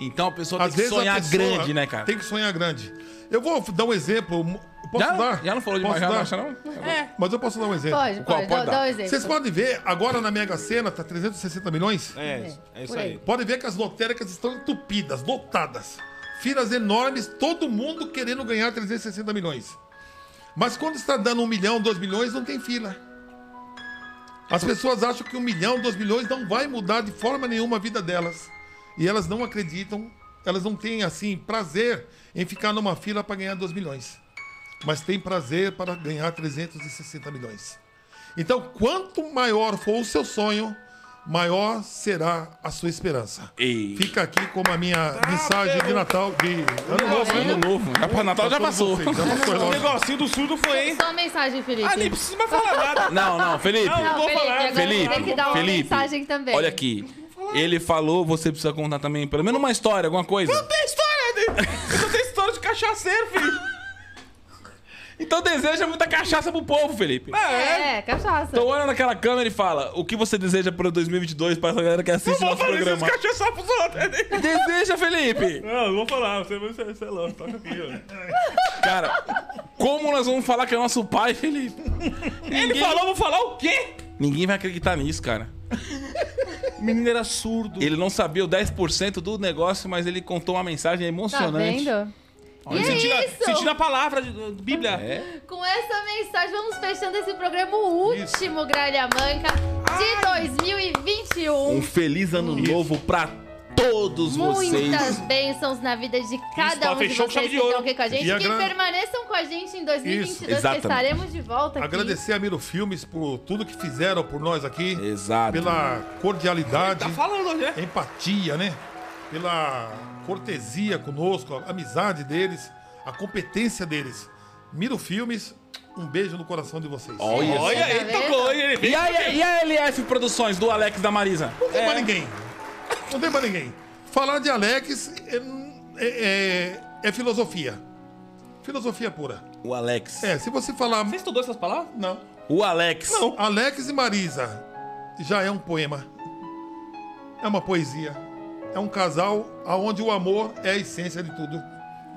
S3: Então a pessoa tem
S6: Às
S3: que
S6: vezes a
S3: sonhar
S6: pessoa
S3: grande, né, cara?
S6: Tem que sonhar grande. Eu vou dar um exemplo. Posso
S3: já,
S6: dar?
S3: já não falou de
S6: Posso
S3: marcha,
S6: dar?
S3: marcha, não?
S4: É.
S6: Mas eu posso dar um exemplo.
S2: Pode,
S3: Qual?
S2: pode.
S3: Pode dar.
S2: Dá, dá um exemplo.
S6: Vocês podem ver, agora na Mega Sena tá 360 milhões.
S4: É, é isso
S2: Por aí.
S4: aí.
S6: Podem ver que as lotéricas estão entupidas, lotadas. Filas enormes, todo mundo querendo ganhar 360 milhões. Mas quando está dando um milhão, dois milhões, não tem fila. As pessoas acham que um milhão, dois milhões não vai mudar de forma nenhuma a vida delas. E elas não acreditam, elas não têm, assim, prazer em ficar numa fila para ganhar dois milhões. Mas têm prazer para ganhar 360 milhões. Então, quanto maior for o seu sonho, maior será a sua esperança.
S3: Ei.
S6: Fica aqui como a minha mensagem de Natal, de Ano Novo.
S4: É.
S6: né?
S3: Ano novo. Já pra Natal já
S6: Pra todos
S3: passou.
S6: vocês, já passou, é
S4: O
S6: lógico.
S4: negocinho do surdo foi, hein?
S2: Só uma mensagem, Felipe.
S4: Ah, nem precisa mais falar nada.
S3: Não, não, Felipe.
S4: Não,
S2: Não,
S4: vou
S2: Felipe,
S4: falar.
S2: agora
S3: Felipe,
S2: tem que dar uma
S3: Felipe,
S2: mensagem também.
S3: Olha aqui. Ele falou, você precisa contar também, pelo menos uma história, alguma coisa.
S4: Não tem história. Eu não tenho história de cachaceiro, filho.
S3: Então deseja muita cachaça pro povo, Felipe.
S4: É.
S2: É, cachaça.
S3: Então olha naquela câmera e fala, o que você deseja pro 2022 para essa galera que assiste
S4: Vou
S3: nosso
S4: fazer esses
S3: programa?
S4: cachaços pros outros. né?
S3: Deseja, Felipe!
S4: Não, não vou falar. Você vai ser sei lá, toca aqui, ó.
S3: Cara, como nós vamos falar que é nosso pai, Felipe?
S4: Ele falou, vou falar o quê?
S3: Ninguém vai acreditar nisso, cara.
S4: O menino era surdo.
S3: Ele não sabia o 10% do negócio, mas ele contou uma mensagem
S2: Tá
S3: emocionante.
S2: vendo? E é
S4: Sentindo,
S2: isso.
S4: a, sentindo a palavra de, de Bíblia.
S3: É.
S2: Com essa mensagem, vamos fechando esse programa, o último Gralha Manca de 2021.
S3: Um feliz ano novo pra todos
S2: Muitas
S3: vocês.
S2: bênçãos na vida de cada
S4: ó,
S2: um de
S4: fechou com chave
S2: vocês
S4: de
S2: que estão
S4: ouro.
S2: aqui com a gente.
S6: E a
S2: Que
S6: gran-
S2: permaneçam com a gente em 2022,
S6: Isso,
S2: que
S3: exatamente.
S2: estaremos de volta aqui.
S6: Agradecer a Miro Filmes por tudo que fizeram por nós aqui.
S3: Exato.
S6: Pela cordialidade,
S4: Tá falando, né?
S6: empatia, né? Pela cortesia conosco, a amizade deles, a competência deles. Miro Filmes, um beijo no coração de vocês.
S3: Olha.
S4: Olha
S2: Tá
S4: aí,
S2: vendo?
S4: tocou. hein? Ele
S3: E a, e a LF Produções, do Alex da Marisa?
S6: Não tem pra ninguém. Não tem pra ninguém. Falar de Alex é, é- é filosofia. Filosofia pura.
S3: O Alex.
S6: É, se você falar.
S4: Você estudou essas palavras?
S6: Não.
S3: O Alex.
S6: Alex e Marisa já é um poema. É uma poesia. É um casal onde o amor é a essência de tudo.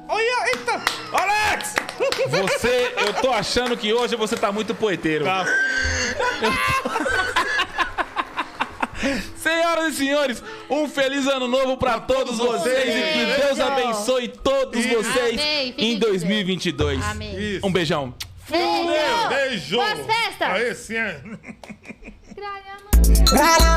S4: Olha, eita! Alex!
S3: Você, eu tô achando que hoje você tá muito poeteiro.
S4: Tá.
S3: Senhoras e senhores, um feliz ano novo pra todos vocês e que Deus
S2: Beijo.
S3: abençoe todos vocês
S2: Amém, fiquem
S3: em
S2: com Deus.
S3: 2022.
S2: Amém.
S6: Isso.
S3: Um beijão.
S2: Beijo!
S6: Beijo!
S2: Boas festas!
S6: Aí sim. é.
S2: Gralha Manca.
S1: Gralha